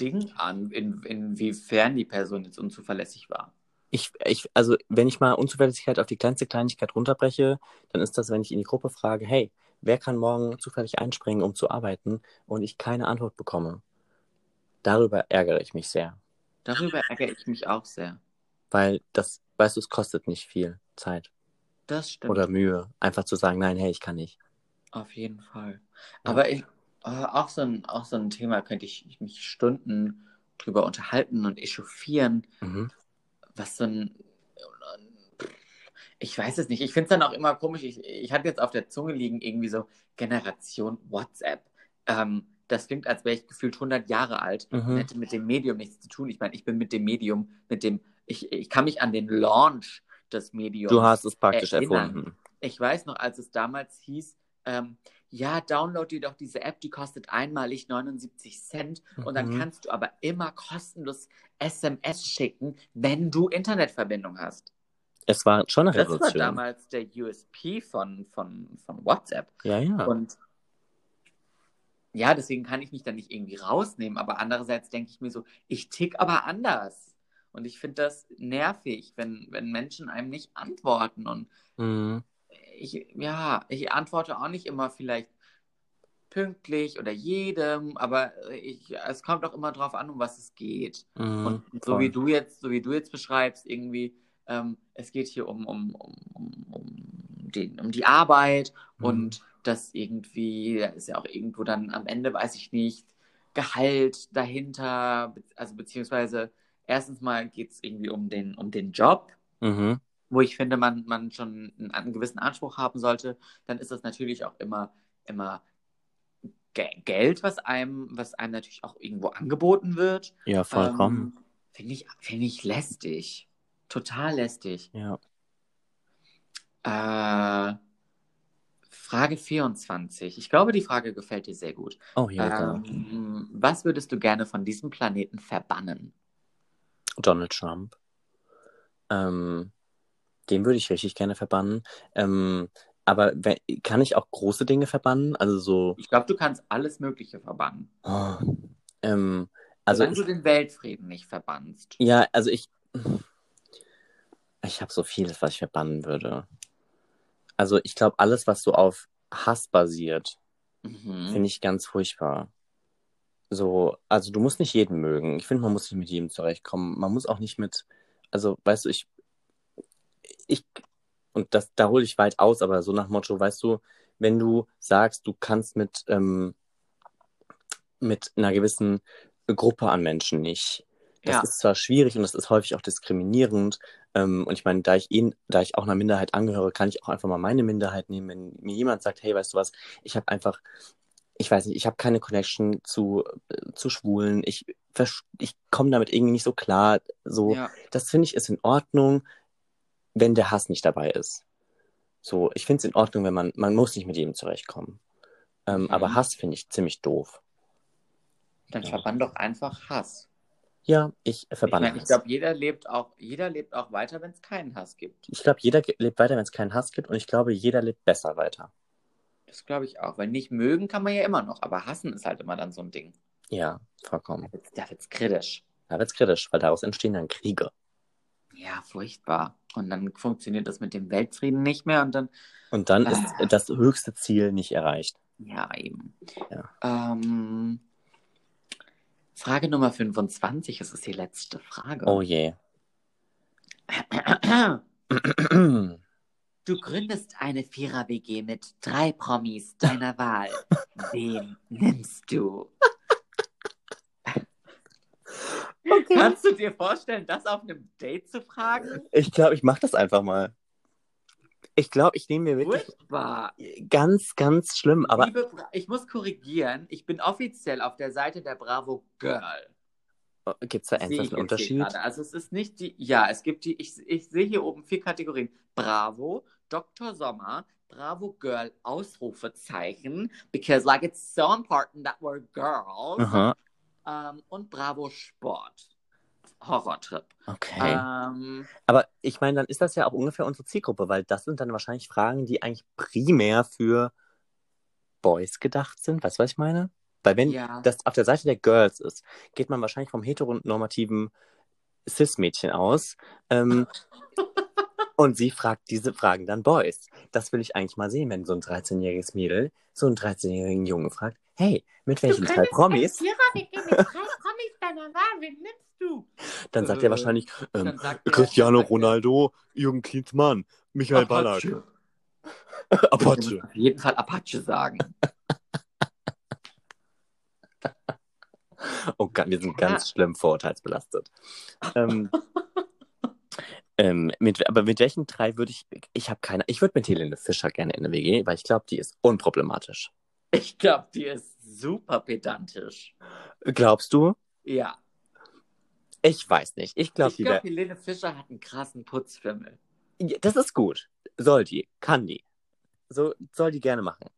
Ding an, in, inwiefern die Person jetzt unzuverlässig war.
Ich, ich, also wenn ich mal Unzuverlässigkeit auf die kleinste Kleinigkeit runterbreche, dann ist das, wenn ich in die Gruppe frage, hey, wer kann morgen zufällig einspringen, um zu arbeiten, und ich keine Antwort bekomme. Darüber ärgere ich mich sehr,
Darüber ärgere ich mich auch sehr.
weil das, weißt du, es kostet nicht viel Zeit
Das stimmt.
oder Mühe, einfach zu sagen, nein, hey, ich kann nicht.
Auf jeden Fall.
Ja.
Aber ich, äh, auch, so ein, auch so ein Thema könnte ich mich Stunden drüber unterhalten und echauffieren,
Mhm.
was so ein. Ich weiß es nicht. Ich finde es dann auch immer komisch. Ich, ich hatte jetzt auf der Zunge liegen irgendwie so Generation WhatsApp. Ähm, das klingt, als wäre ich gefühlt 100 Jahre alt und
Mhm.
hätte mit dem Medium nichts zu tun. Ich meine, ich bin mit dem Medium, mit dem. Ich, ich kann mich an den Launch des Mediums.
Du hast es praktisch
Erinnern.
erfunden.
Ich weiß noch, als es damals hieß, ähm, ja, download dir doch diese App, die kostet einmalig 79 Cent und dann
Mhm.
kannst du aber immer kostenlos SMS schicken, wenn du Internetverbindung hast.
Es war schon eine
Das war
Revolution.
damals der USP von, von, von WhatsApp.
ja, ja.
Und ja, deswegen kann ich mich da nicht irgendwie rausnehmen, aber andererseits denke ich mir so, ich tick aber anders. Und ich finde das nervig, wenn, wenn Menschen einem nicht antworten und
Mhm.
ich, ja, ich antworte auch nicht immer vielleicht pünktlich oder jedem, aber ich, es kommt auch immer drauf an, um was es geht.
Mhm.
Und so
Voll.
wie du jetzt, so wie du jetzt beschreibst, irgendwie, ähm, es geht hier um, um, um, um, um, den, um die Arbeit
Mhm.
und das irgendwie, da ist ja auch irgendwo dann am Ende, weiß ich nicht, Gehalt dahinter, be- also beziehungsweise erstens mal geht es irgendwie um den, um den Job
Mhm.
wo ich finde, man, man schon einen, einen gewissen Anspruch haben sollte, dann ist das natürlich auch immer, immer Ge Geld, was einem, was einem natürlich auch irgendwo angeboten wird.
Ja, vollkommen.
Ähm, finde ich, finde ich lästig. Total lästig.
Ja.
Äh, Frage 24. Ich glaube, die Frage gefällt dir sehr gut.
Oh, hier ähm,
Ähm, was würdest du gerne von diesem Planeten verbannen?
Donald Trump. Ähm, den würde ich richtig gerne verbannen. Ähm, aber we- kann ich auch große Dinge verbannen? Also so.
Ich glaube, du kannst alles Mögliche verbannen.
Oh, ähm, also
solange
ich,
du den Weltfrieden nicht verbannst.
ja, also ich. Ich habe so vieles, was ich verbannen würde. Also ich glaube, alles, was so auf Hass basiert,
Mhm.
finde ich ganz furchtbar. So, also du musst nicht jeden mögen. Ich finde, man muss nicht mit jedem zurechtkommen. Man muss auch nicht mit, also weißt du, ich, ich, und das, da hole ich weit aus, aber so nach Motto, weißt du, wenn du sagst, du kannst mit, ähm, mit einer gewissen Gruppe an Menschen nicht. Das
Ja.
ist zwar schwierig und das ist häufig auch diskriminierend. Ähm, und ich meine, da ich, eh, da ich auch einer Minderheit angehöre, kann ich auch einfach mal meine Minderheit nehmen, wenn mir jemand sagt, hey, weißt du was, ich habe einfach, ich weiß nicht, ich habe keine Connection zu, äh, zu Schwulen, ich, vers- ich komme damit irgendwie nicht so klar. So,
ja.
das finde ich ist in Ordnung, wenn der Hass nicht dabei ist. So, ich finde es in Ordnung, wenn man, man muss nicht mit jedem zurechtkommen. Ähm,
Mhm.
Aber Hass finde ich ziemlich doof.
Dann
Ja.
verbann doch einfach Hass.
Ja, ich
ich
verbanne
meine, ich
Hass.
glaube, jeder lebt auch, jeder lebt auch weiter, wenn es keinen Hass gibt.
Ich glaube, jeder ge- lebt weiter, wenn es keinen Hass gibt. Und ich glaube, jeder lebt besser weiter.
Das glaube ich auch. Weil nicht mögen kann man ja immer noch, aber hassen ist halt immer dann so ein Ding.
Ja, vollkommen.
Da wird's, da wird's kritisch.
Da wird's kritisch, weil daraus entstehen dann Kriege.
Ja, furchtbar. Und dann funktioniert das mit dem Weltfrieden nicht mehr und dann,
Und dann ist
Ah.
das höchste Ziel nicht erreicht.
ja, eben.
Ja.
Ähm, Frage Nummer 25, es ist die letzte Frage.
Oh je. Hm,
Du gründest eine Vierer-WG mit drei Promis deiner Wahl. Wen nimmst du? Kannst
Hm?
du dir vorstellen, das auf einem Date zu fragen?
Ich glaube, ich mache das einfach mal. Ich glaube, ich nehme mir wirklich
Furchtbar.
ganz, ganz schlimm. Aber
Liebe Bra ich muss korrigieren, ich bin offiziell auf der Seite der Bravo Girl.
Oh, gibt's da
Sehe ich jetzt
ernsthaft
hier
einen Unterschied?
gerade. Also es ist nicht die, ja, es gibt die, ich, ich sehe hier oben vier Kategorien. Bravo, Dr. Sommer, Bravo Girl, Ausrufezeichen, because like it's so important that we're girls.
Aha.
Ähm, und Bravo Sport. Horrortrip.
Okay.
Ähm,
Aber ich meine, dann ist das ja auch ungefähr unsere Zielgruppe, weil das sind dann wahrscheinlich Fragen, die eigentlich primär für Boys gedacht sind. Weißt du, was ich meine? Weil wenn
ja.
das auf der Seite der Girls ist, geht man wahrscheinlich vom heteronormativen Cis-Mädchen aus. Ähm, und sie fragt diese Fragen dann Boys. Das will ich eigentlich mal sehen, wenn so ein 13-jähriges Mädel so einen 13-jährigen Jungen fragt, hey, mit welchen drei Promis?
mit den drei Promis deiner Wahl, wen nimmst du?
Dann sagt er wahrscheinlich, ähm,
Äh, dann sagt er-
Cristiano
sagt er-
Ronaldo, Jürgen Klinsmann, Michael Ballack,
Apache.
Apache.
Auf jeden Fall Apache sagen.
Oh Gott, wir sind ganz schlimm vorurteilsbelastet. ähm, ähm, mit, aber mit welchen drei würde ich, ich habe keine, ich würde mit Helene Fischer gerne in der WG, weil ich glaube, die ist unproblematisch.
Ich glaube, die ist super pedantisch.
Glaubst du?
Ja.
Ich weiß nicht. Ich glaube,
ich
die
glaube,
wär,
Helene Fischer hat einen krassen Putzfimmel.
Ja, das ist gut. Soll die, kann die. So, soll die gerne machen.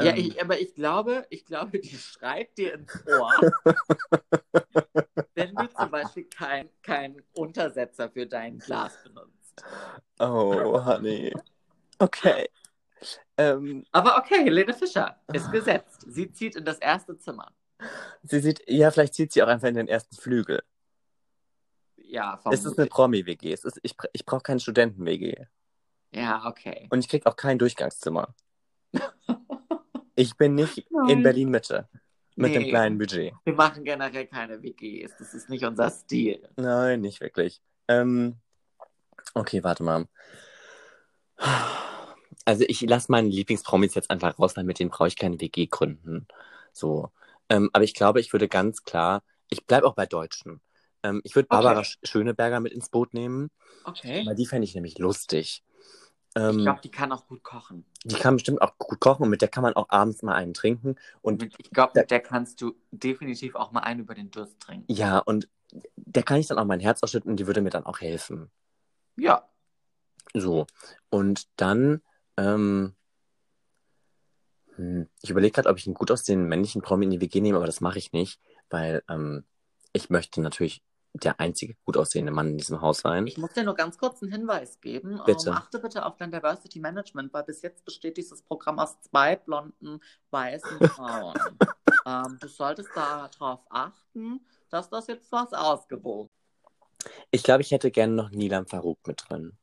Ja,
Ähm,
ich, aber ich glaube, ich glaube, die schreit dir ins Ohr, wenn du zum Beispiel keinen kein Untersetzer für dein Glas benutzt.
Oh, honey. Okay. Ähm,
Aber okay, Helene Fischer
Ah.
ist gesetzt. Sie zieht in das erste Zimmer.
sie sieht, ja, vielleicht zieht sie auch einfach in den ersten Flügel.
Ja,
Es ist eine
vermutlich.
Promi-WG. Es ist, ich br- ich brauche keine Studenten-WG.
Ja, okay.
Und ich krieg auch kein Durchgangszimmer. Ich bin nicht in Berlin-Mitte. Mit
Nee.
einem kleinen Budget.
Wir machen generell keine WGs. Das ist nicht unser Stil.
Nein, nicht wirklich. Ähm, okay, warte mal. Also ich lasse meinen Lieblingspromis jetzt einfach raus, weil mit denen brauche ich keine WG gründen. So. Ähm, aber ich glaube, ich würde ganz klar, ich bleibe auch bei Deutschen. Ähm, ich würde
Okay.
Barbara Sch- Schöneberger mit ins Boot nehmen,
Okay.
weil die fände ich nämlich lustig. Ähm,
Ich glaube, die kann auch gut kochen.
Die kann bestimmt auch gut kochen und mit der kann man auch abends mal einen trinken. Und
Und ich glaube, mit der kannst du definitiv auch mal einen über den Durst trinken.
ja, und der kann ich dann auch mein Herz ausschütten und die würde mir dann auch helfen.
Ja.
So. Und dann, ähm, hm, ich überlege gerade, ob ich einen gut aussehenden männlichen Promi in die WG nehme, aber das mache ich nicht, weil ähm, ich möchte natürlich der einzige gut aussehende Mann in diesem Haus sein.
Ich muss dir nur ganz kurz einen Hinweis geben.
Bitte.
Ähm, achte bitte auf dein Diversity Management, weil bis jetzt besteht dieses Programm aus zwei blonden, weißen Frauen. ähm, du solltest darauf achten, dass das jetzt was ausgewogen
Ich glaube, ich hätte gerne noch Nilam Farouk mit drin.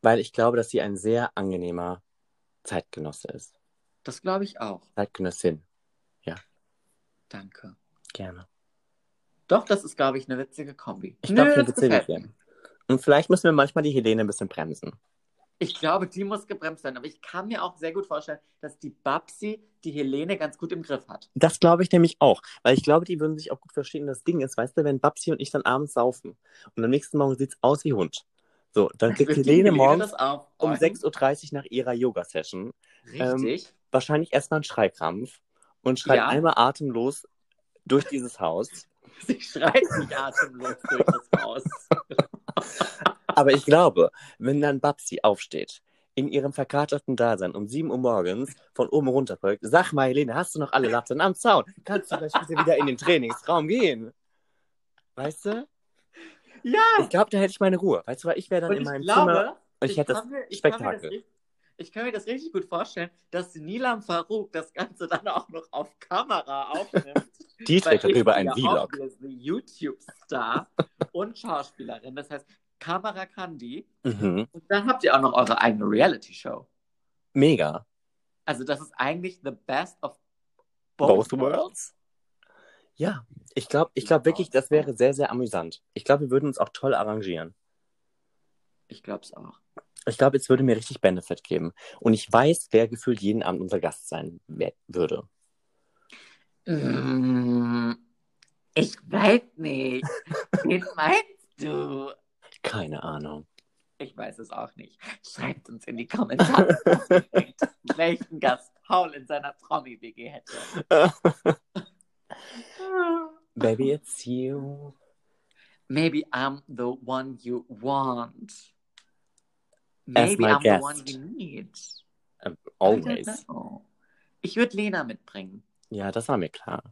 Weil ich glaube, dass sie ein sehr angenehmer Zeitgenosse ist.
Das glaube ich auch.
Zeitgenössin.
Danke.
Gerne.
Doch, das ist, glaube ich, eine witzige Kombi.
Ich glaube,
Nö,
wir
das
bezwingen
gefällt mir.
wir. Und vielleicht müssen wir manchmal die Helene ein bisschen bremsen.
Ich glaube, die muss gebremst werden. Aber ich kann mir auch sehr gut vorstellen, dass die Babsi die Helene ganz gut im Griff hat.
Das glaube ich nämlich auch. Weil ich glaube, die würden sich auch gut verstehen. Das Ding ist, weißt du, wenn Babsi und ich dann abends saufen und am nächsten Morgen sieht es aus wie Hund. So, dann kriegt
Wird die
Helene morgens
das auf
um 6.30 Uhr ähm, nach ihrer Yoga-Session
Richtig.
wahrscheinlich erstmal einen Schreikrampf und schreit
Ja.
einmal atemlos durch dieses Haus.
Sie schreit sich atemlos durch das Haus.
Aber ich glaube, wenn dann Babsi aufsteht, in ihrem verkaterten Dasein um 7 Uhr morgens von oben runterfolgt, sag mal, Helene, hast du noch alle Latten am Zaun? Kannst du vielleicht bitte wieder in den Trainingsraum gehen? Weißt du?
Ja.
Ich glaube, da hätte ich meine Ruhe. Weißt du, weil ich wäre dann
Und
in
ich
meinem Zimmer.
glaube,
und ich hätte das
kann mir, ich Kann mir das,
Spektakel.
richtig- ich kann mir das richtig gut vorstellen, dass Nilam Farouk das Ganze dann auch noch auf Kamera aufnimmt.
Die
weil
trägt
ich
darüber einen
bin ja
Vlog.
obviously YouTube-Star und Schauspielerin. Das heißt, Kamera kann die.
Mhm.
Und dann habt ihr auch noch eure eigene Reality-Show.
Mega.
Also das ist eigentlich the best of
Both worlds? Ja, ich glaube ich glaub wirklich, das wäre sehr, sehr amüsant. Ich glaube, wir würden uns auch toll arrangieren.
Ich glaube es auch.
Ich glaube, es würde mir richtig Benefit geben. Und ich weiß, wer gefühlt jeden Abend unser Gast sein we- würde.
Mm, Ich weiß nicht. Wen meinst du?
Keine Ahnung.
Ich weiß es auch nicht. Schreibt uns in die Kommentare, was ihr denkt, welchen Gast Paul in seiner Promi-WG hätte.
Baby, it's you.
Maybe I'm the one you want.
As
Maybe
my
I'm
guest.
the one you need. I
Always.
don't know. Ich würde Lena mitbringen.
Ja, das war mir klar.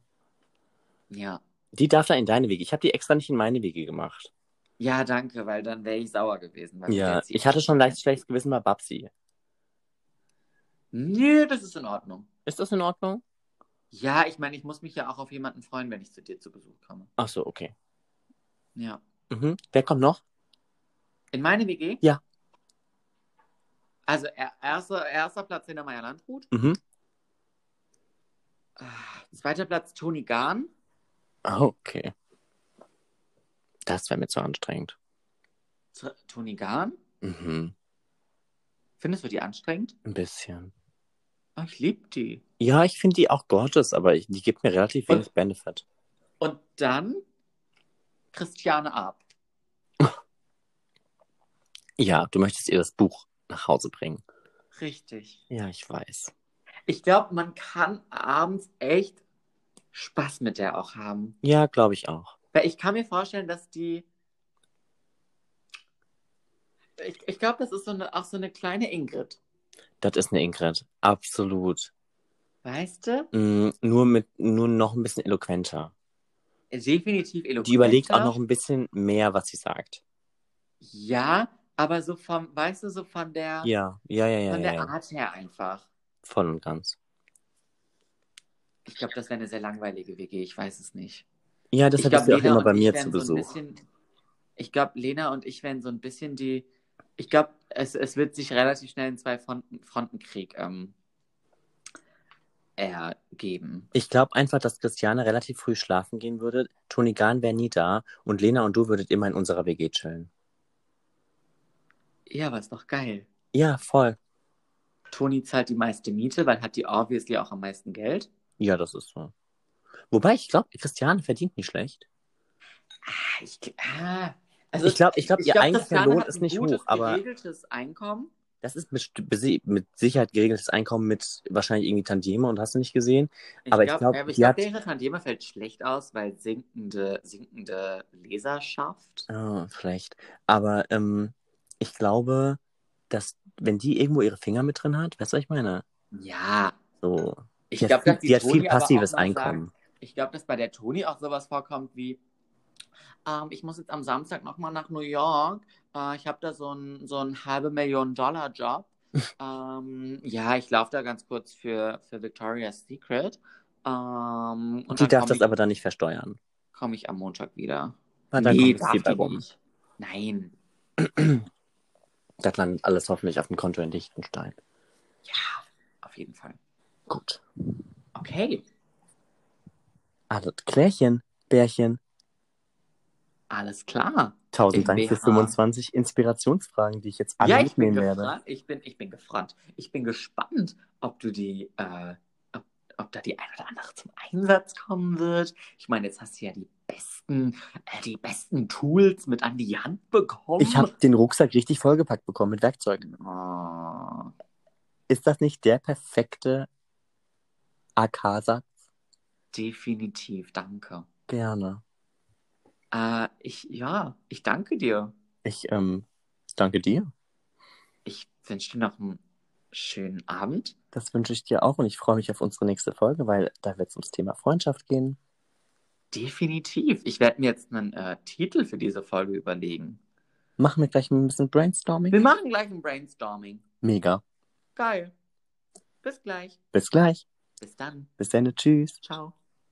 Ja.
Die darf da in deine Wege. Ich habe die extra nicht in meine Wege gemacht.
Ja, danke, weil dann wäre ich sauer gewesen. weil
ja,
jetzt-
ich hatte schon leicht schlechtes Gewissen bei Babsi.
Nö, das ist in Ordnung.
Ist das in Ordnung?
Ja, ich meine, ich muss mich ja auch auf jemanden freuen, wenn ich zu dir zu Besuch komme.
Ach so, okay.
Ja.
Mhm. Wer kommt noch?
In meine WG?
Ja.
Also er, erster, erster Platz Hina Meyer Landrut.
Mhm.
Ah, Zweiter Platz Toni Gahn.
Ah, okay. Das wäre mir zu anstrengend.
Z- Toni Gahn?
Mhm.
Findest du die anstrengend?
Ein bisschen.
Oh, ich liebe die.
Ja, ich finde die auch gorgeous, aber ich, die gibt mir relativ wenig Benefit.
Und dann Christiane Arp.
Ja, du möchtest ihr das Buch nach Hause bringen.
Richtig.
Ja, ich weiß.
Ich glaube, man kann abends echt Spaß mit der auch haben.
Ja, glaube ich auch.
Weil ich kann mir vorstellen, dass die. Ich, ich glaube, das ist so eine, auch so eine kleine Ingrid.
Das ist eine Ingrid. Absolut.
Weißt du?
Mm, nur mit, nur noch ein bisschen eloquenter.
Definitiv eloquent.
Die überlegt auch noch ein bisschen mehr, was sie sagt.
Ja, aber so vom, weißt du, so von der,
Ja, ja, ja, ja.
von
ja,
der
ja.
Art her einfach.
Voll und ganz.
Ich glaube, das wäre eine sehr langweilige WG, ich weiß es nicht.
Ja, deshalb
ich
ist sie auch immer
und
bei
ich
mir
wären
zu
so ein
Besuch.
bisschen- ich glaube, Lena und ich wären so ein bisschen die, ich glaube, es, es wird sich relativ schnell in zwei Fronten, Frontenkrieg ähm, ergeben.
Ich glaube einfach, dass Christiane relativ früh schlafen gehen würde. Toni Gahn wäre nie da und Lena und du würdet immer in unserer WG chillen.
Ja, aber ist doch geil.
Ja, voll.
Toni zahlt die meiste Miete, weil hat die obviously auch am meisten Geld.
Ja, das ist so. Wobei, ich glaube, Christiane verdient nicht schlecht.
Ah, ich, gl- ah.
Ich glaub- ich glaub, ihr
eigentlich
eigentlicher Lohn ist nicht hoch, aber-
geregeltes Einkommen.
Das ist mit, besi- mit Sicherheit geregeltes Einkommen mit wahrscheinlich irgendwie Tantieme und hast du nicht gesehen. Aber ich glaub,
aber ich
die
glaub,
hat-
der Tantiemer fällt schlecht aus, weil sinkende, sinkende Leserschaft.
Ah, vielleicht. Aber ähm, ich glaube, dass wenn die irgendwo ihre Finger mit drin hat, weißt du, was ich meine?
Ja,
So.
ich
Die hat
glaube,
viel-
dass
die hat
Toni
viel
aber auch
passives
noch sagt-
Einkommen.
ich glaube, dass bei der Toni auch sowas vorkommt wie, ähm, ich muss jetzt am Samstag nochmal nach New York. Äh, ich habe da so einen so einen halbe Million Dollar Job. ähm, ja, ich laufe da ganz kurz für, für Victoria's Secret. Ähm, und
die
dann
darf
komm
das
ich,
aber dann nicht versteuern.
komme ich am Montag wieder.
Na, dann kommt es
darf
hier bei
die
rum.
nicht. Nein.
Das landet alles hoffentlich auf dem Konto in Liechtenstein.
Ja, auf jeden Fall.
Gut.
Okay,
Alles Also, Klärchen, Bärchen.
alles klar.
Tausend
Im
Dank für
BH.
25 Inspirationsfragen, die ich jetzt alle
ja, ich bin,
mitnehmen werde.
gefra- ich, bin, ich bin gefragt. Ich bin gespannt, ob du die, äh, ob, ob da die ein oder andere zum Einsatz kommen wird. Ich meine, jetzt hast du ja die besten, äh, die besten Tools mit an die Hand bekommen.
Ich habe den Rucksack richtig vollgepackt bekommen mit Werkzeug.
Oh,
Ist das nicht der perfekte AK-Satz?
definitiv, danke.
Gerne.
Äh, ich, ja, ich danke dir.
Ich ähm, danke dir.
Ich wünsche dir noch einen schönen Abend.
Das wünsche ich dir auch und ich freue mich auf unsere nächste Folge, weil da wird es ums Thema Freundschaft gehen.
Definitiv. Ich werde mir jetzt einen äh, Titel für diese Folge überlegen.
Machen wir gleich ein bisschen Brainstorming.
Wir machen gleich ein Brainstorming.
Mega.
Geil. Bis gleich.
Bis gleich.
Bis dann.
Bis dann. Tschüss.
Ciao.